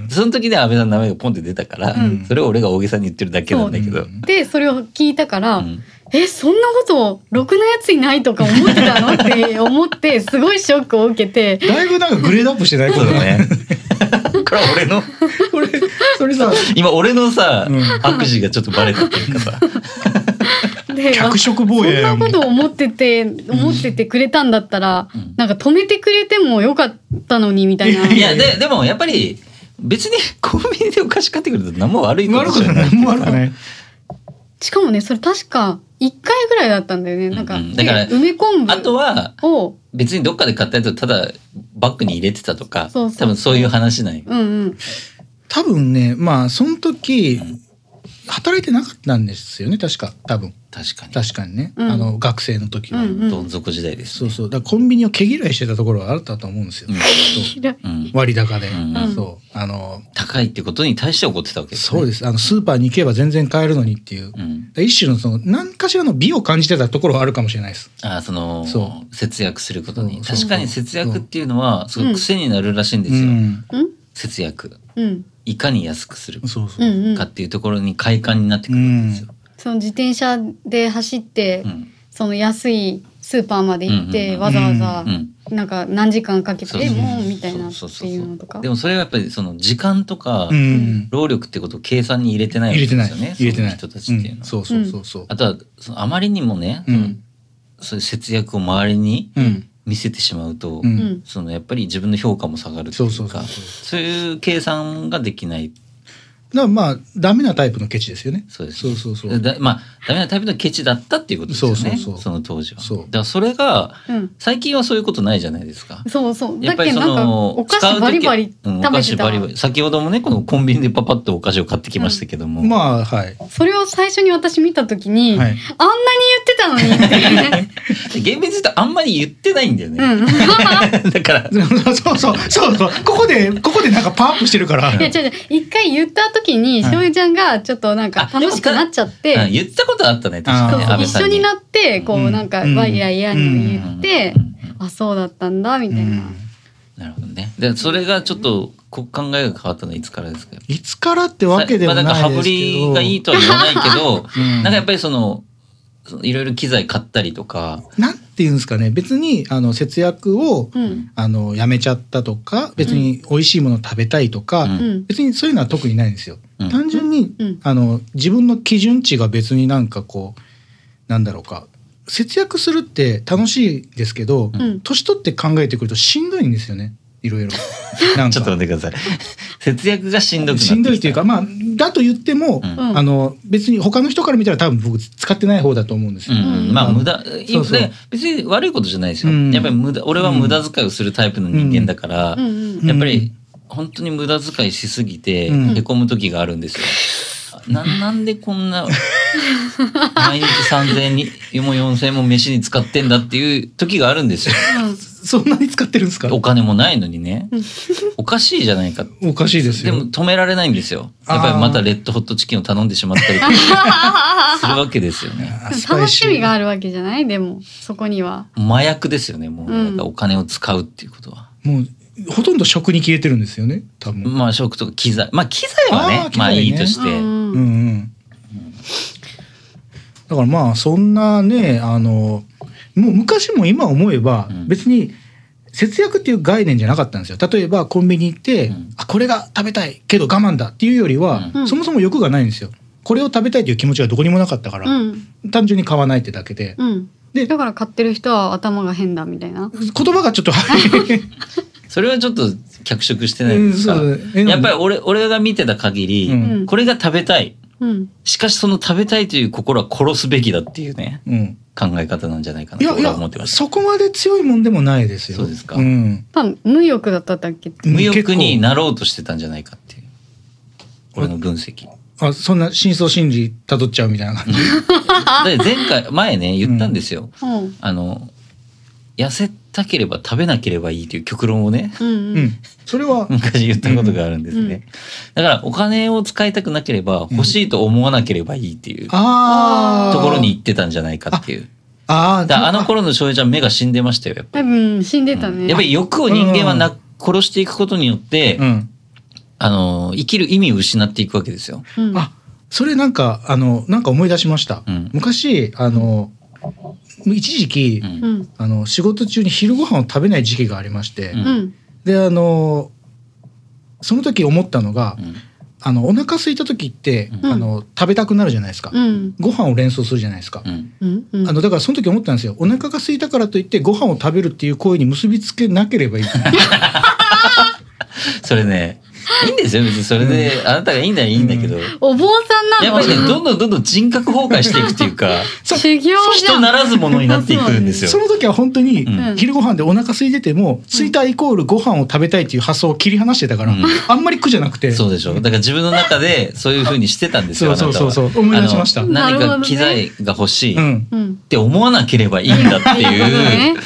S2: ん
S3: その時で安倍さんの名前がポンって出たから、
S2: うん
S3: それを俺が大げさに言ってるだけなんだけど。
S2: うん
S4: でそれを聞いたから、
S3: うん
S4: えそんなことろくなやついないとか思ってたのって思ってすごいショックを受けて
S2: だいぶなんかグレードアップしてないこ
S3: そう
S2: と
S3: だ
S2: ね。
S3: ね。これは俺の、
S2: これそれさ
S3: 今俺のさ、
S2: うん
S3: 悪事がちょっとバレたっていうかさ。
S4: で
S2: 脚色防衛
S4: そ
S2: や
S4: ん
S2: も
S4: なんことを思ってて思っててくれたんだったら、
S3: うん
S4: なんか止めてくれてもよかったのにみたいな。
S3: いや、で、でもやっぱり、別にコンビニでお菓子買ってくると何も悪いこ
S2: 悪
S3: と
S2: く
S3: じゃ
S2: な
S3: ない
S2: い。もう悪くない。
S4: しかもねそれ確か1回ぐらいだったんだよねなんか,
S3: う
S4: で、
S3: んうんだから
S4: 梅昆
S3: あと
S4: 布
S3: は、
S4: を
S3: 別にどっかで買ったやつをただバッグに入れてたとか、
S4: そうそう
S3: 多分そういう話なんよ。
S4: うんうん
S2: 多分ねまあその時働いてなかったんですよね確か多分
S3: 確かに。
S2: 確かにね、
S4: うん
S2: あの学生の時は。
S4: うんうん
S3: どん底時代です、
S2: そうそうだからコンビニを毛嫌いしてたところはあったと思うんですよ、
S3: うん
S2: そう
S4: 嫌い
S3: うん
S2: 割高で、
S3: うん
S2: そうあの
S3: 高いってことに対して怒ってたわけです、ね。
S2: そうですあのスーパーに行けば全然買えるのにっていう、
S3: うん。
S2: 一種のその何かしらの美を感じてたところはあるかもしれないです。
S3: あーその
S2: そ
S3: 節約することに
S2: そうそ
S3: 確
S2: う
S3: かに節約っていうのはすごく癖になるらしいんですよ、
S2: ん、
S4: うん
S3: 節約
S4: うん
S3: いかに安くする
S2: そうそうう。
S4: んう
S3: かっ
S4: ん
S3: ていうところに快感になってくるんですよ、
S4: その自転車で走って、
S3: うん
S4: その安いスーパーまで行っ
S3: う
S4: て、
S3: んうんうん
S4: わざわざ
S3: う、ん
S4: なんか何時間かけ
S3: そうそ
S4: て
S3: うそう
S4: もうみたいなっ
S3: そう
S4: て
S3: そうそう
S4: いうのとか
S3: でもそれはやっぱりその時間とか、
S2: うん、
S3: 労力ってことを計算に入れてないわ
S2: 入
S3: け
S2: れ
S3: です
S2: て
S3: よ
S2: ない。
S3: ね
S2: 入れてない。
S3: その人たちっていうの
S2: ん
S3: は、
S2: そうそうそうそう。
S3: あとはそのあまりにもね、
S2: うん
S3: そういう節約を周りに
S2: うん
S3: 見せてしまうと、
S2: う。
S4: うんん
S3: そのやっぱり自分の評価も下がるっていうか
S2: そうそうそうそう
S3: そういう計算ができない
S2: からまあダメなタイプのケチですよね。
S3: そうです
S2: そうそうそう。
S3: だまあダメなタイプのケチだったっていうことですよね
S2: そうそうそう
S3: の当時は
S2: そう
S3: だからそれが
S4: うん。
S3: 最近はそういうことないじゃないですか
S4: そうそう。
S3: や
S4: だ
S3: っ
S4: っ
S3: ぱり
S4: け
S3: そ
S4: なんか
S3: の
S4: お菓子バリバリ
S3: うん
S4: 食
S3: お
S4: べ
S3: 菓
S4: て
S3: 子
S4: た。
S3: バリバリ先ほどもねこのコンビニでパパッとお菓子を買ってきましたけども、
S2: まあはい。
S4: それを最初に私見たときに、
S2: はい、
S4: あんなに言ってたのに って。
S3: 厳密に言うとあんまり言ってないんだよ
S4: う
S3: ね、
S4: ん。
S3: だから
S2: そうそうそうそう。ここでここでなんかパワーアップしてるか
S4: い
S2: ら。
S4: や違う違う一回言った時に
S2: はい
S4: しおりちゃんがちょっとなんか
S3: あでも
S4: 楽しくなっちゃっ
S3: うん
S4: て、
S3: 言ったことあったね確
S2: あ
S3: か
S4: そう
S3: ね
S4: そう
S3: 安倍
S4: 一
S3: さん
S4: 緒になってこ
S2: う
S4: うんなんか
S2: うん
S4: わいやいやに言って
S3: う、んうんうん
S4: あそうだったんだみ
S2: う
S4: たいな。
S2: ん。
S3: なるほどねでそれがちょっとこ考えが変わったのはいつからですか
S2: いつからってわけでもない
S3: まあ
S2: ですけど。
S3: んか羽振りがいいとは言わないけど
S2: うん
S3: なんかやっぱりそのそのいろいろ機材買ったりとか
S2: なんていうんですかね。別にあの節約を
S4: うん
S2: あのやめちゃったとか、別に美味しいもの食べたいとか、
S3: うん
S4: うん
S2: 別にそういうのは特にないんですよ。
S3: うん
S2: 単純に、
S4: うん
S2: あの自分の基準値が別になんかこうなんだろうか節約するって楽しいですけど、
S3: うん
S4: うん
S2: 年取って考えてくるとしんどいんですよね いろいろ。なんか
S3: ちょっと待って ください節約がしんどくなってきた
S2: しんどいっていうかまあだと言っても、
S3: うん
S4: うん
S2: あの別に他の人から見たら多分僕使ってない方だと思うんです
S3: う
S2: よ。
S3: ん、まあ
S2: うん
S3: 無駄、
S2: そうそう
S3: で別に悪いことじゃないですよ、
S2: うん
S3: やっぱり無駄俺は無駄遣いをするタイプの人間だから、
S4: うんうん
S2: ん
S3: やっぱり本当に無駄遣いしすぎて
S2: うん
S3: へこむ時があるんですよ、ななんでこん な毎日3,000円にも4,000円も飯に使ってんだっていう時があるん ですよ
S2: そんなに使ってるんですか
S3: お金もないのにね
S4: うん
S3: おかしいじゃないかって
S2: おかしいです
S3: で
S2: よ。
S3: も止められないんですよやっぱりまたレッドホットチキンを頼んでしまったりとか するわけですよね
S2: あスパ
S4: 楽
S2: イシ
S4: し
S2: ー
S4: みがあるわけじゃないでもそこには。
S3: 麻薬ですよねもう
S4: うん
S3: だからお金を使うっていうことは。
S2: もうほとんど食に消えてるんですよね多分。
S3: まあ食とか機材まあ機材はね
S2: あー機材ね
S3: まあいいとし
S4: う
S3: て、
S4: ん
S2: うんうん、だからまあそんなねあのもう昔も今思えば
S3: うん
S2: 別に節約っていう概念じゃなかったんですよ例えばコンビニ行って、
S3: うん
S2: あこれが食べたいけど我慢だっていうよりは、
S4: うん
S2: そもそも欲がないんですよこれを食べたいという気持ちがどこにもなかったから、
S4: うん
S2: 単純に買わないってだけで、
S4: うん。
S2: で
S4: だから買ってる人は頭が変だみたいな。
S2: 言葉がちょっと
S3: それはちょっと脚色して
S2: う
S3: ないで
S2: ん
S3: すか、
S2: そうえ
S3: やっぱり俺俺が見てた限り、
S2: うん
S4: うん
S3: これが食べたい
S4: うん。
S3: しかしその食べたいという心は殺すべきだっていうね
S2: うん、
S3: 考え方なんじゃないか
S2: い
S3: なと
S2: やい
S3: 俺
S2: や
S3: は思ってました
S2: そこまで強いもんでもないですよ
S3: そうですか
S2: ん、
S4: まあ無欲だったんだっけ。
S3: 無欲
S2: 結構
S3: になろうとしてたんじゃないかっていう俺の分析
S2: あそんな真相心理たどっちゃうみたいな感じ。
S3: で前回前ね言ったんですよ、
S4: うんうん
S3: あの痩せたければ食べなければいいという極論をね
S4: うん
S2: うん、それは、
S3: 昔言ったことがあるんですね、
S4: うんうん
S3: だからお金を使いたくなければ欲しいと思わなければいいっていうと
S2: ああ
S3: ころに行ってたんじゃないかっていう
S2: あ
S3: だ
S2: ー
S3: からあの頃の翔平ちゃん目が死んでましたよやっぱ
S4: 多分死んで
S3: り、
S4: たね。
S3: やっぱり欲を人間はな、殺していくことによって、
S2: うん、
S3: あの生きる意味を失っていくわけですよ、
S4: うん
S2: あそれなんかあのなんか思い出しました、
S3: うん
S2: 昔あの一時期、
S3: うん
S4: うん
S2: あの仕事中に昼ご飯を食べない時期がありまして、
S3: うん
S4: うん
S2: であのその時思ったのが、
S3: うん
S2: あのお腹空いた時って、
S4: うん
S2: あの食べたくなるじゃないですか、
S4: うん
S2: ご飯を連想するじゃないですか、
S3: うん
S4: うんうん
S2: あのだからその時思ったんですよお腹が空いたからといってご飯を食べるっていう行為に結びつけなけ ればいい
S3: それねいいんですよ別にそれで、あなたがいいんだらいいんだけど、
S4: お坊さんな
S3: やっぱ
S4: の
S3: りねどんどんどんどん人格崩壊していくっていうか
S4: 修行じゃ
S3: 人
S4: ん
S3: ならず者にな っていくんですよ
S2: その時は本当に、
S3: うん
S4: うん
S2: 昼ご飯でお腹空いてても、着いたイコールご飯を食べたいっていう発想を切り離してたから、
S3: うん
S2: あんまり苦じゃなくて。
S3: そうでしょだから自分の中でそういうふうにしてたんです
S2: そ
S3: よ。
S2: うそうそうそ
S3: あ
S2: う
S3: なたは
S2: 思い出しました
S3: あの何
S4: なるほど
S3: か
S4: ね
S3: 機材が欲しい
S2: うん。
S3: っ
S4: うん
S3: て思わなければいいんだって
S4: なるほど
S3: い
S4: ね
S3: う、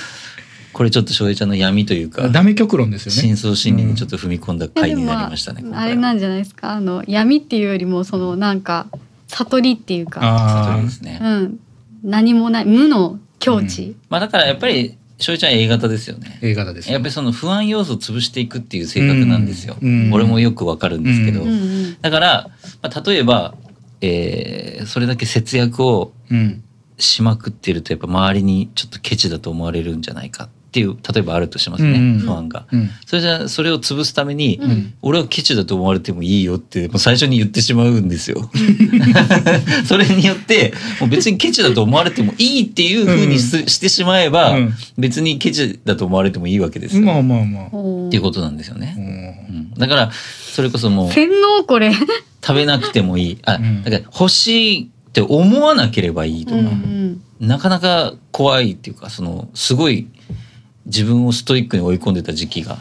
S3: これちょっと翔平ちゃんの闇というか、
S2: ダメ極論ですよね
S3: 深。層心理にちょっと踏み込んだ
S4: いやで
S3: 回
S4: も
S3: に
S4: ま
S3: な
S4: あ
S3: りましたね。今
S4: あ
S3: 回
S4: れなんじゃないですかあの闇っていうよりもそのなんか悟りっていうか
S3: そう
S2: あ
S3: いうことで
S2: あ。
S3: すね。
S4: うん何もない無の境地
S3: まあだからやっぱり翔平ちゃん A 型ですよね。
S2: 映画だですね。
S3: やっぱりその不安要素を潰していくっていう性格なんですよ。
S2: うんうん
S3: 俺もよくわかるんですけど。
S2: う
S4: うんうん
S3: だから、まあ、例えば、えーそれだけ節約を
S2: うん。
S3: しまくってるとやっぱ周りにちょっとケチだと思われるんじゃないかっていう例えばあるとしますね、
S2: うんうん
S3: 不安が。
S2: うん。
S3: それじゃそれを潰すために、
S4: うん
S3: 俺はケチだと思われてもいいよってもう最初に言ってしまうんですよ。 それによってもう別にケチだと思われてもいいっていうふうにすしてしまえば、
S2: うん
S3: 別にケチだと思われてもいいわけですよ、
S2: まあまあまあ。
S4: おー
S3: っていうことなんですよね。
S2: うん
S3: うんだからそれこそもう
S4: 洗脳これ
S3: 食食べなくてもいい。あ、
S2: うん
S3: だから欲しいって思わなければいいと
S4: う
S3: か、
S4: んうん
S3: なかなか怖いっていうか、その、すごい自分をストイックに追い込んでた時期が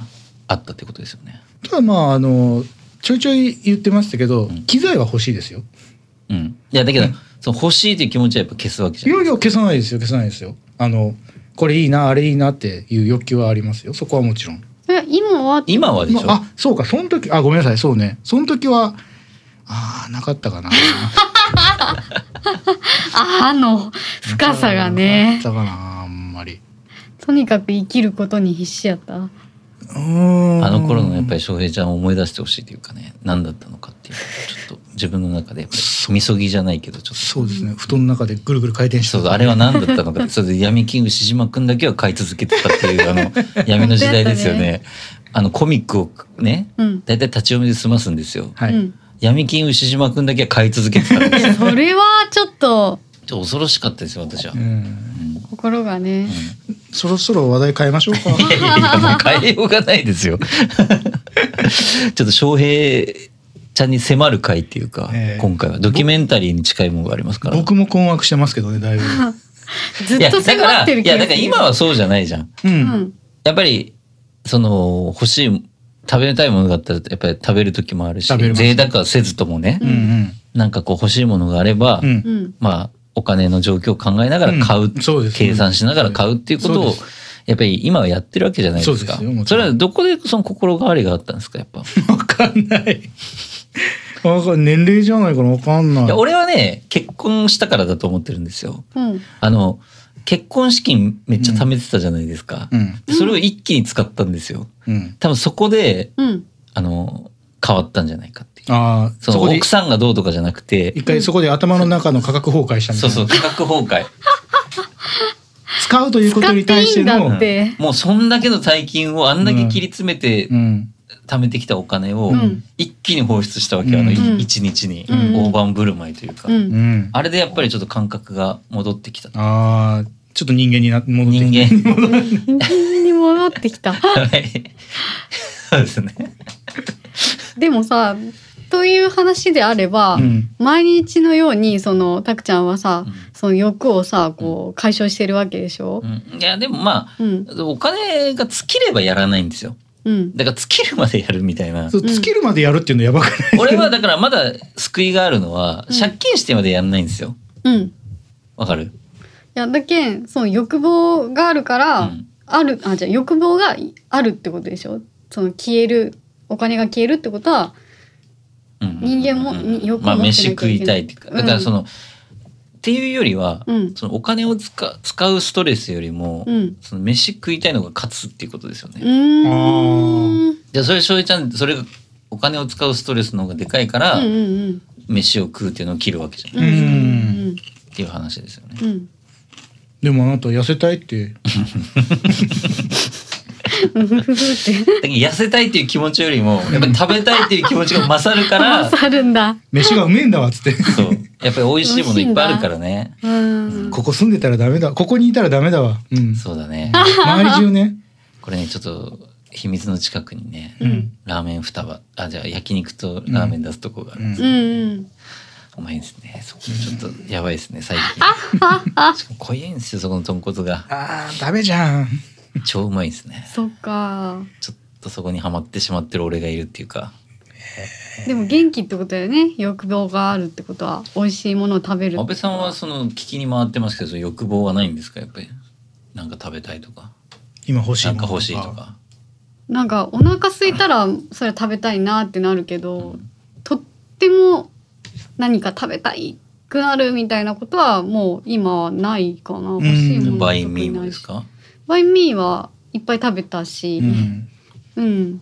S3: あったってことですよね。
S2: ただまああのちょいちょい言ってましたけど、
S3: ん
S2: 機材は欲しいですよ。
S3: うん。いや、だけど、その欲しいっていう気持ちはやっぱ消すわけじゃ
S2: いや
S3: ん。
S2: いや消さないですよ消さないですよ。あのこれいいなあれいいなっていう欲求はありますよ。そこはもちろん。
S4: それは今は
S3: 今はでしょ
S2: まあそうかその時あごめんなさいそうねその時はああなかった かな。
S4: あの深さがね
S2: なかったかなあんまり。
S4: とにかく生きることに必死やった
S2: うーん
S3: あの頃のやっぱり翔平ちゃんを思い出してほしいというかね、何だったのかっていうのをちょっと自分の中でやっぱり、みそぎじゃないけど、ちょっと。
S2: そうですね布団の中でぐるぐる回転して
S3: そうそうあれは何だったのかってそれで闇キングしじまくんだけは買い続けてたっていうあの闇の時代ですよねあのコミックをね
S4: うん、
S3: 大体立ち読みで済ますんですよ
S2: はい、
S4: うん
S3: 闇金牛島くんだけは買い続けてたんです
S4: い
S3: よ
S4: やそれはちょっと
S3: ちょっと恐ろしかったですよ私は、う
S2: うんん
S4: 心がね
S2: そろそろ話題変えましょうか
S3: いやいやもう変えようがないです よちょっと翔平ちゃんに迫る回っていうか、
S2: ええ
S3: 今回はドキュメンタリーに近いものがありますから
S2: 僕も困惑してますけどねだいぶ
S4: ず
S3: いや
S4: っと
S3: だか
S4: 迫っ
S3: ら
S4: てる
S3: い
S4: 気が
S3: や
S4: す
S3: だか
S4: る
S3: ら今はそうじゃないじゃん
S2: うん、
S4: うん
S3: やっぱりその欲しい食べたいものがあったらやっぱり食べる時もあるし、
S2: 食べれます
S3: 贅沢はせずともね、
S2: うんうん
S3: なんかこう欲しいものがあれば、
S2: うん
S4: うん
S3: まあお金の状況を考えながら買う、
S2: うんそうです
S3: 計算しながら買うっていうこと
S2: そう
S3: を
S2: です
S3: やっぱり今はやってるわけじゃないですか
S2: そうですよもち
S3: そ
S2: ろん
S3: れはどこでその心変わりがあったんですかやっぱい
S2: わかんない。わかん年齢じゃないからわかんない。
S3: や俺はね結婚したからだと思ってるんですよ
S4: うん
S3: あの結婚資金めっちゃ貯めてたじゃないですか
S2: う、ん。
S3: それを一気に使ったんですよ
S2: うん。
S3: 多分そこで
S4: うん
S3: あの変わったんじゃないかっていう
S2: ああ、
S3: そ
S2: そ
S3: の
S2: こで
S3: 奥、さんがどうとかじゃなくて、
S2: 一回そこで頭の中の価格崩壊したみた
S3: そ
S2: いうな。
S3: そう、価格崩 壊。
S2: 使うということに対して
S4: 使っていいん
S2: の
S4: だっ、て
S3: もうそんだけの大金をあんだけ切り詰めて
S2: うん。
S3: 貯めてきたお金を
S4: うん
S3: 一気に放出したわけ、あの
S2: うん
S3: い一日に
S4: うん
S3: 大盤振る舞いというか、
S4: うん
S2: うん。
S3: あれでやっぱりちょっと感覚が戻ってきた。
S2: ああ、ちょっと人間にな戻って
S3: 人
S2: きて。
S3: 間。
S4: 人間に戻ってき た
S3: はいそうですね。
S4: でもさという話であれば、
S2: うん。
S4: 毎日のようにそのたくちゃんはさ、
S3: うん
S4: その欲をさこう解消してるわけでしょ
S3: うんいや、でもま
S4: うん
S3: あ、お金が尽きればやらないんですよ。
S4: うん
S3: だから尽きるまでやるみたいな。
S2: そう、尽きるまでやるっていうのやばくない
S3: 俺はだからまだ救いがあるのは、
S4: うん
S3: 借金してまでやんないんですよ。
S4: うんい
S3: わかる
S4: やだけんその欲望があるから、
S3: うん
S4: あるあじゃあ欲望があるってことでしょその消えるお金が消えるってことは人間もに欲を
S3: まあ
S4: 持ってなきゃい
S3: 飯食い
S4: けない
S3: たいっていうかだからその、っていうよりは、
S4: うん
S3: そのお金を使使うストレスよりも、
S4: うん
S3: その飯食いたいのが勝つっていうことですよ
S4: う
S3: ね。
S4: ーん
S2: あー
S3: じゃあそれ翔平ちゃんそれがお金を使うストレスの方がでかいから、
S4: うんうん
S3: 飯を食うっていうのを切るわけじゃん
S4: うんうんうん
S3: っていう話ですよね。
S4: うんうん
S2: でもあなた痩せたいって。
S3: だか
S4: うんふふふって
S3: ら痩せたいっていう気持ちよりもやっぱり食べたいっていう気持ちが勝るか ら
S4: あるんだ
S2: 飯がうめえんだわっつって。
S3: そうやっぱり美味しいものいっぱいあるからね。
S4: うん
S2: ここ住んでたらダメだ。ここにいたらダメだわ。うん。
S3: そうだね。
S2: 周り中ね。
S3: これねちょっと秘密の近くにね、
S2: うん。
S3: ラーメン双葉あじゃあ焼肉とラーメン出すとこがある、
S2: うん
S4: うんうん
S3: うまいですねそこちょっとやばいですね最近しかも濃いんですよそこの豚骨が
S2: ああ、ダメじゃん。
S3: 超うまいですね
S4: そっか
S3: ちょっとそこにはまってしまってる俺がいるっていうか
S4: でも元気ってことだよね欲望があるってことは美味しいものを食べる
S3: 安倍さんはその聞きに回ってますけどその欲望はないんですかやっぱりなんか食べたいとか
S2: 今欲しい
S3: な
S2: も
S3: ん
S2: の
S3: か欲しいとか
S4: なんかお腹空いたらそれは食べたいなってなるけどとっても何か食べたいくなるみたいなことはもう今はないかな欲しいもの
S3: バイ
S4: 特
S3: ンミ
S4: に
S3: ーも
S4: な
S3: で
S4: い
S3: す
S4: し
S3: か
S4: バインミーはいっぱい食べたし
S2: うん。
S4: うん、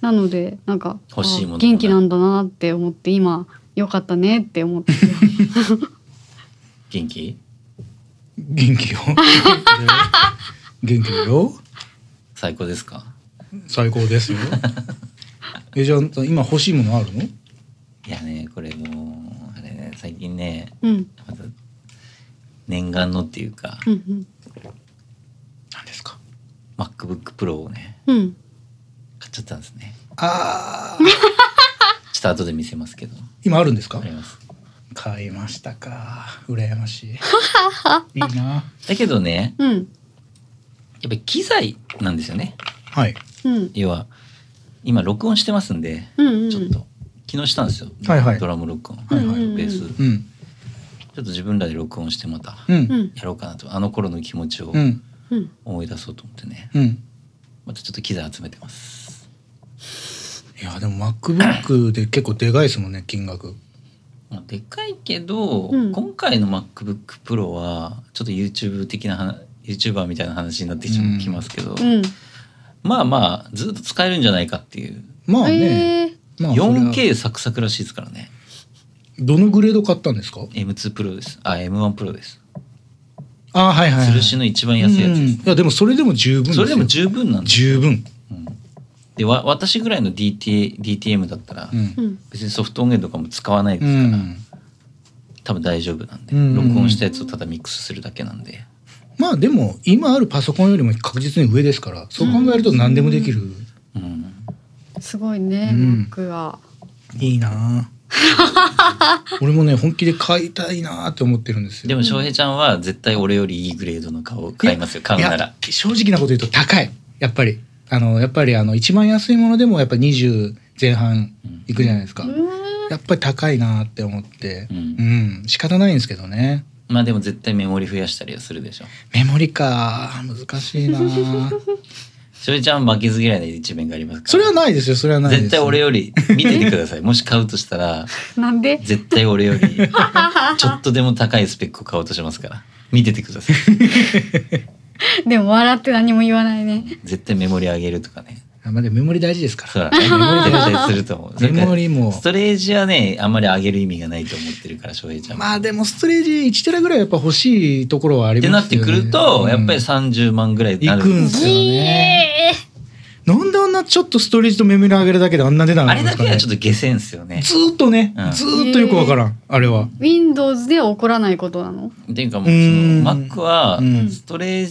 S4: なのでなんか
S3: 欲しいものもね
S4: あ元気なんだなって思って今良かったねって 思ってる
S3: 元気
S2: 元気よ。元気だよ。
S3: 最高ですか
S2: 最高ですよ。え、じゃあ、今欲しいものあるの。
S3: いやねこれもうあれね最近ね
S4: うん
S3: また念願のっていうか
S4: うん
S2: なんですか。
S3: MacBookPro をね
S4: うんうん
S3: 買っちゃったんですね
S2: ああ。
S3: ちょっと後で見せますけど。
S2: 今あるんですか
S3: あります。
S2: 買いましたか羨ま しいいいな
S3: だけどね、
S4: うん
S3: やっぱり機材なんですよね。
S2: はい
S4: うん
S3: 要は、今録音してますんで、
S4: うんうん
S3: ちょっと昨日したんですよ。
S2: はいはい
S3: ドラム録音、
S2: はいはい
S3: ベース。ち
S4: う
S3: ょ
S4: ん
S2: うん
S3: っと自分らで録音してまた
S2: う
S4: うんん
S3: やろうかなと。あの頃の気持ちを
S2: うん
S4: うん
S3: 思い出そうと思ってね。
S2: うん
S3: またちょっと機材集めてます。
S2: いやでも MacBook で結構でかいですもんね金額
S3: まあ、でかいけど、
S4: うん
S3: 今回の MacBookPro はちょっと YouTube 的な話 YouTuber みたいな話になってきちゃ
S2: うん
S3: きますけど、
S4: うん
S3: まあまあずっと使えるんじゃないかっていう、
S2: まあね、
S4: えー
S2: まあそれは
S3: 4K サクサクらしいですからね
S2: どのグレード買ったんですか
S3: M2Pro ですあ M1Pro です
S2: あーはいはい、はい、
S3: 吊るしの一番安いやつ
S2: うん
S3: で
S2: いやでもそれでも十分です
S3: す
S2: よ
S3: それでも十分なんです
S2: 十分
S3: でわ私ぐらいの DT DTM だったら、
S2: うん
S4: うん
S3: 別にソフト音源とかも使わないで
S2: う
S3: すから、
S2: ん
S3: 多分大丈夫なんで、
S2: うん
S3: 録音したやつをただミックスするだけなんで
S2: まあでも今あるパソコンよりも確実に上ですからそう考えると何でもできる、
S3: うん
S4: すごいね、
S2: うん
S4: 僕は。
S2: い いなあ俺もね本気で買いたいなあって思ってるんですよ
S3: でも翔平ちゃんは絶対俺よりいいグレードの顔を買いますよ買うないら
S2: や正直なこと言うと高いやっぱりあのやっぱりあの一番安いものでもやっぱ20前半いくじゃないですか、やっぱり高いなあって思って
S3: うん
S2: うん、仕方ないんですけどね
S3: まあでも絶対メモリ増やしたりはするでしょ
S2: メモリか難しいな あ
S3: 翔平ちゃんは負けず嫌いな一面がありますから
S2: それはないですよそれはないです
S3: 絶対俺より見ててくださいもし買うとしたら
S4: なんで。
S3: 絶対俺よ りちょっとでも高いスペックを買おうとしますから見ててください
S4: でも笑って何も言わないね。
S3: 絶対メモリ上げるとかね
S2: あまあでもメモリ大事ですか
S3: そう
S2: ら
S3: だ ねメモリ絶対すると思うそれから
S2: メモリも
S3: ストレージはねあんまり上げる意味がないと思ってるから翔平ちゃんは、
S2: まあでもストレージ1テラぐらいやっぱ欲しいところはあり
S3: って
S2: ま
S3: なっ
S2: す
S3: て
S2: よ
S3: く
S2: ね
S3: ると、やっぱり
S2: うん
S3: 30万ぐらいにな
S2: 行
S3: る
S2: くんすよね
S4: え
S2: なんであんなちょっとストレージとメモリ上げるだけであんな値段
S3: あ
S2: 上
S3: れ
S2: がる
S3: だ
S2: んですか
S3: け
S2: ね
S3: はちょっと下船ですよね
S2: ずーっとね、
S3: うん
S2: ずーっとよくわからんあれは、
S4: ー Windows では起こらないことなの。
S3: っていうかもう
S2: う
S3: その
S2: ーん
S3: Mac は
S2: うん
S3: ストレー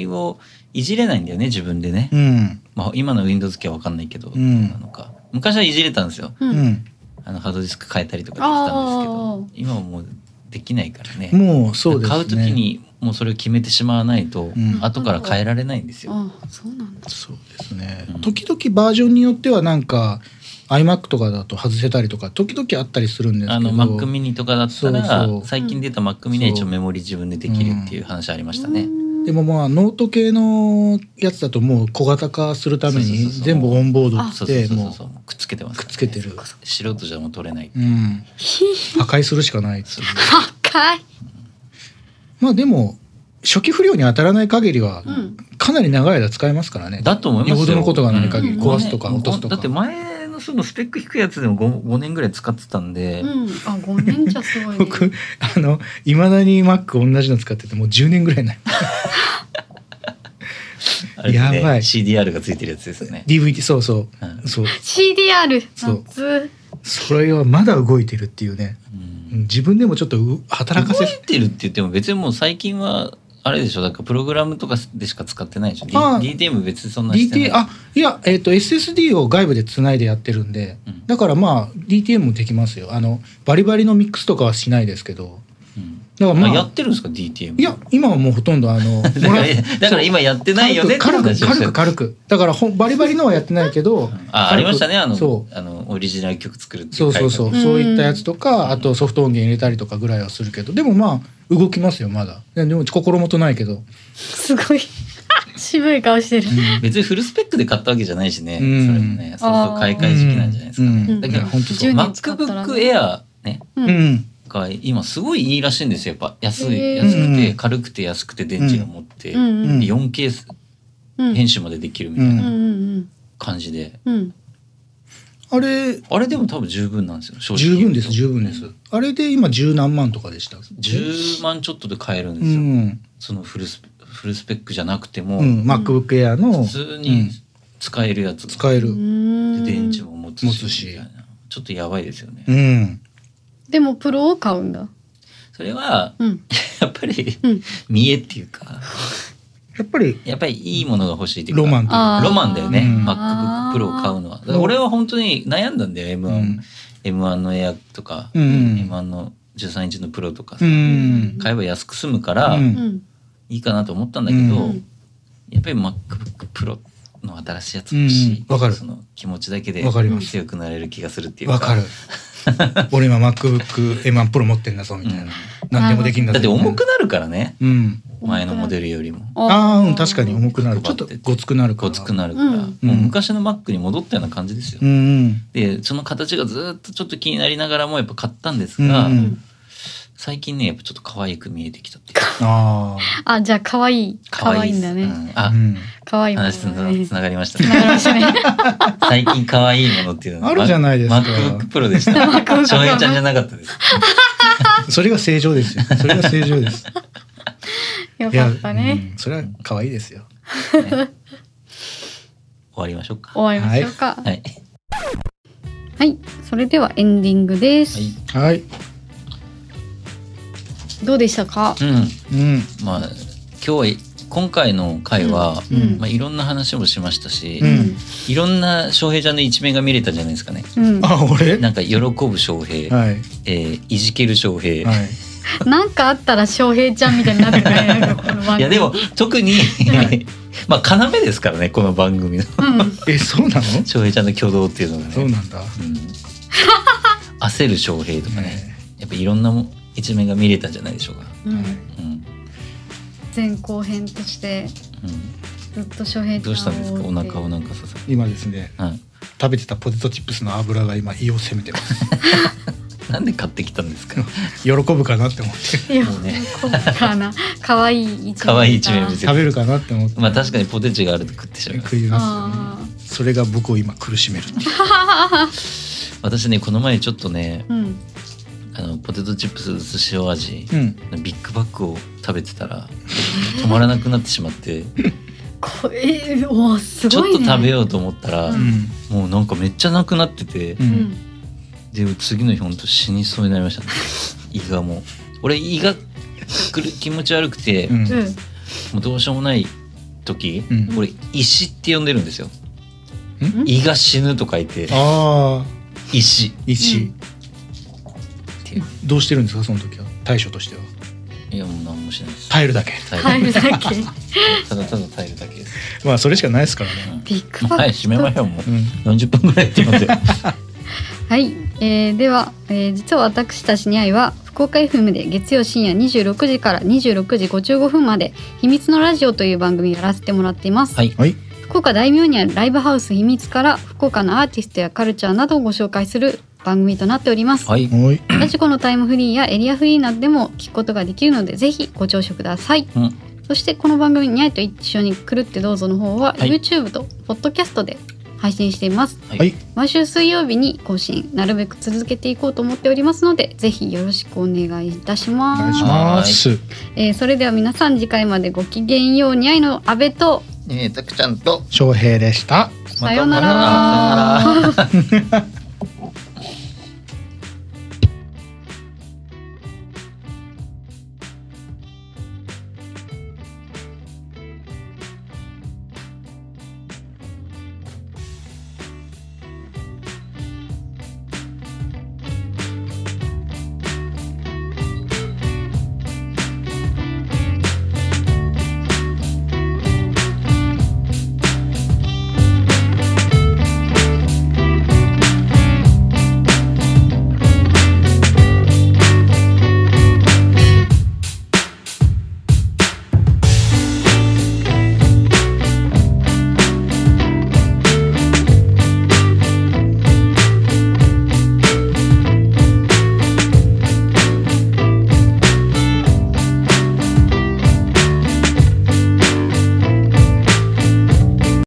S3: ジをいじれないんだよね自分でね、
S2: うん
S3: まあ、今の Windows 機は分かんないけど、
S2: うん
S3: なのか昔はいじれたんですよ
S4: う。
S2: うんん、
S3: あのハードディスク変えたりとかできたんですけ
S4: あー
S3: ど今はもうできないからね
S2: もうそうですね
S3: 買う時にもうそれを決めてしまわないと、
S2: ん
S3: 後から変えられないんですよ、
S4: あ、そうなんだ。
S2: そうですね、
S3: うん
S2: 時々バージョンによってはなんか iMac とかだと外せたりとか時々あったりするんですけど
S3: あの Mac mini とかだったら
S2: そうそう
S3: 最近出た Mac mini は一
S2: そ
S3: 応
S2: う
S3: メモリ自分でできるっていう話ありましたね、
S2: でもまあノート系のやつだともう小型化するた
S3: そ
S2: め
S3: うそう
S2: に
S3: そうそう
S2: 全部オンボード
S3: そ
S4: あ
S2: っ
S3: うそう
S2: て
S3: そう
S2: も
S3: そう
S2: う
S3: そうくっつけてます
S2: く
S3: からね、
S2: っつけてる
S3: 素人じゃもう取れない、
S2: うん破壊するしかない
S3: そう
S4: 高い。
S2: まあでも初期不良に当たらない限りは
S4: うん。
S2: かなり長い間使えますからね、
S3: だと思いますよ。
S2: よほどのことがない限
S4: り
S2: 壊すとか
S3: うん
S2: 落とすとか
S3: だって前のそのスペック低いやつでも 5, 5年ぐらい使ってたんで、
S4: うん。あ、五年じゃすごい、ね。
S2: 僕あのいまだに Mac 同じの使っててもう10年ぐらいない
S3: あれですね
S2: やばい
S3: CDR がついてるやつですよね。
S2: DVD そうそう
S3: うん
S2: そう
S4: CDR
S2: そう
S4: 夏
S2: それはまだ動いてるっていうねうん自分でもちょっとう働か
S3: 動
S2: せ
S3: いてるって言っても別にもう最近はあれでしょだからプログラムとかでしか使ってないでしょ。D-
S2: ああ
S3: DTM 別にそんなしてない
S2: DT。あいやえっ、と SSD を外部でつないでやってるんで、
S3: うん
S2: だからまあ DTM もできますよあのバリバリのミックスとかはしないですけど
S3: うん
S2: だから
S3: あ
S2: まあ
S3: やってるんですか DTM。
S2: いや今はもうほとんどあ の
S3: だからだから今やってないよねって
S2: 軽く
S3: 話を
S2: 軽
S3: して
S2: く
S3: る。
S2: 軽くだからほんバリバリのはやってないけど
S3: あありましたねあの
S2: そう
S3: あのオリジナル曲作るってい
S2: そうそうそう、
S3: 回
S4: うん
S2: そういったやつとかあとソフト音源入れたりとかぐらいはするけどでもまあ動きますよまだででも心もとないけど
S4: すごい 渋い顔してる。
S3: 別にフルスペックで買ったわけじゃないしね、
S2: うん
S3: それもねそうそう買い替え時期なんじゃないですかね、
S2: うん
S3: だけど
S2: うん本当そう
S4: 10年使ったら
S3: MacBook Air ね
S4: う
S2: うんん、
S3: が今すごいいいらしいんですよやっぱ安い、
S4: へー
S3: 安く
S2: う
S3: て
S2: ん
S3: 軽くて安くて電池が持って、
S4: うんうん
S2: ん
S3: で 4K
S4: うん。
S3: 編集までできるみたい
S4: うん
S3: な
S4: うん
S3: 感じで、
S4: うんうん。
S2: あれ
S3: あれでも多分十分なんですよ正直言
S2: 十
S3: う
S2: 分
S3: と
S2: です十分ですあれで今十何万とかでした
S3: 10万ちょっとで買えるん
S2: う
S3: ですよ、
S2: ん、
S3: そのフルスペフルスペックじゃなくても、
S2: うん、MacBook Air の
S3: 普通に使えるやつ、
S2: 使え
S4: う
S2: る
S4: ーん
S3: で電池も持つし
S2: 持つし
S3: みたいなちょっとやばいですよね、
S2: うん
S4: でもプロを買うんだ。
S3: それは
S4: うん。
S3: やっぱり
S4: うん。
S3: 見えっていうか
S2: やっぱり
S3: やっぱりいいものが欲しいっていうか
S2: ロマンというか
S4: あー
S3: ロマンだよね
S2: うん
S3: MacBook Pro を買うのはだから俺は本当に悩んだんだよ M1、
S2: うん。
S3: M1 のエアとか、
S2: うん
S3: M1 の13インチのプロとか
S2: う
S3: さ、
S2: ん。
S3: 買えば安く済むから
S2: うん
S4: うん
S3: いいかなと思ったんだけど、
S4: うん
S3: やっぱり MacBook Pro の新しいやつ欲しい、
S2: うんわかる
S3: その気持ちだけで
S2: わかります
S3: 強くなれる気がするっていう
S2: わかる。俺今 MacBook M1 Pro 持ってんだぞみたいな。何でもできんだ
S3: だ
S2: ぞ。
S3: って重くなるからね
S2: うん。
S3: 前のモデルよりも
S2: ああ、うん、確かに重くなる。ち
S3: 頑
S2: ょっ
S3: 張
S2: と
S3: って
S2: ごつくなるか
S3: ご
S2: ら。
S3: つくなるから、
S4: うん
S3: もう昔の Mac に戻ったような感じですよ、
S2: うんうん。
S3: でその形がずーっとちょっと気になりながらもやっぱ買ったんですが、
S2: うんうん
S3: 最近ねやっぱちょっと可愛く見えてきたっていうか
S2: あ
S4: あじゃあ可愛い可愛い
S3: で
S4: ん
S3: す
S4: だ
S3: う
S4: ね
S3: ん
S2: あ。
S3: あ、
S2: うん
S4: 可愛いもん
S3: 話つ
S4: だ
S3: な
S4: ね
S3: つながりましたね
S4: 楽しみ
S3: 最近可愛いものっていうの
S2: あるじゃないですか
S3: マックブックプロでした。翔平ちゃんじゃなかったです。
S2: それが正常ですよ。それが正常です。
S4: よ
S2: いや、
S4: か
S2: う
S4: ったね
S2: んそれは可愛いですよ。
S3: ね終わりましょうか。は。
S4: 終わりましょうかはいい、
S3: はい。
S4: それではエンディングです、
S2: はい。
S4: どうでしたか
S3: うん。
S2: うん。
S3: まあ今日は今回の回は、
S4: うん
S3: まあいろんな話もしましたし、
S2: うん
S3: いろんな翔平ちゃんの一面が見れたじゃないですかね。
S4: うん、
S2: あ、俺
S3: なんか喜ぶ翔平、
S2: はい。
S3: えーいじける翔平。
S2: はいい。
S4: なんかあったら翔平ちゃんみたいになってくれるのこの番組
S3: やでも特に、
S2: はい
S3: まあ要ですからねこの番組の
S4: うん
S2: え、そうなの
S3: 翔平ちゃんの挙動っていうのがね
S2: そうなんだ。
S3: うん焦る翔平とかね
S2: ね
S3: やっぱいろんなも一面が見れたんじゃないでしょうか、
S4: う
S2: はい
S4: ん、
S3: うん
S4: 前後編としてずっと翔
S3: う
S4: 平ちゃんを追っ
S3: ん、
S4: て
S3: どうしたんですかお腹をなんかさせ
S2: 今ですね、
S3: はい
S2: 食べてたポテトチップスの油が今胃を攻めて ます。
S3: なんで買ってきたんですか
S2: 喜ぶかなって思って。
S4: いや
S3: もうね
S4: こうかな可愛い一面
S3: 可愛い一面を見せ
S2: 食べるかなって思って。
S3: まあ確かにポテチがあると食ってしまいま
S2: 食
S3: す
S2: いま
S4: あ
S2: すよね。それが僕を今苦しめるっていう。
S3: 私ねこの前ちょっとね
S4: ーうん
S3: あのポテトチップス寿塩味
S2: うん。
S3: ビッグバッグを食べてたら止まらなくなってしまって
S4: こえおーす
S3: ちょ
S4: ご
S3: っ
S4: いね
S3: と食べようと思ったら、
S4: う
S2: うん。
S3: もうなんかめっちゃなくなってて、
S2: う。
S4: うんん
S3: で次の日ほんと死にそうになりましたね胃がもう俺胃がくる気持ち悪くて、
S2: う
S3: も
S2: ん。
S4: うん
S3: うどうしようもない時、
S2: うん
S3: 俺石って呼んでるんですよ
S2: ん
S3: 胃が死ぬと書いて
S2: ああ、
S3: 石っ
S2: 石。
S3: ていう
S2: どうしてるんですかその時は。対処としては。
S3: いやもう何もしないです
S2: 耐えるだけ。
S3: 耐
S4: 入
S3: える
S4: るだけ
S3: ただただ耐えるだけです
S2: まあそれしかないですからね。
S4: ビッグバッグ
S3: はい閉めましょうも う
S2: うん。
S3: 40分ぐらいやってますよ
S4: はい、えーでは、えー実は私たちに愛は福岡 FM で月曜深夜26時から26時55分まで「秘密のラジオ」という番組やらせてもらっています、
S3: はい
S2: はい。
S4: 福岡大名にあるライブハウス秘密から福岡のアーティストやカルチャーなどをご紹介する番組となっております、
S3: はい
S2: おい。
S4: ラジコのタイムフリーやエリアフリーなどでも聞くことができるのでぜひご聴取ください、
S3: うん
S4: そしてこの番組「にゃいと一緒に狂ってどうぞ」の方は
S3: はい
S4: YouTube と Podcast で配信しています、
S3: はい
S2: はい
S4: 毎週水曜日に更新なるべく続けていこうと思っておりますのでぜひよろしくお願いいたし
S2: お願
S4: ま
S2: いし
S4: す、
S2: ます。
S4: えーそれでは皆さん次回までごきげんようにゃいの阿部と
S3: えーたくちゃんと
S2: 翔平でした。
S4: さようなら
S3: またさようなら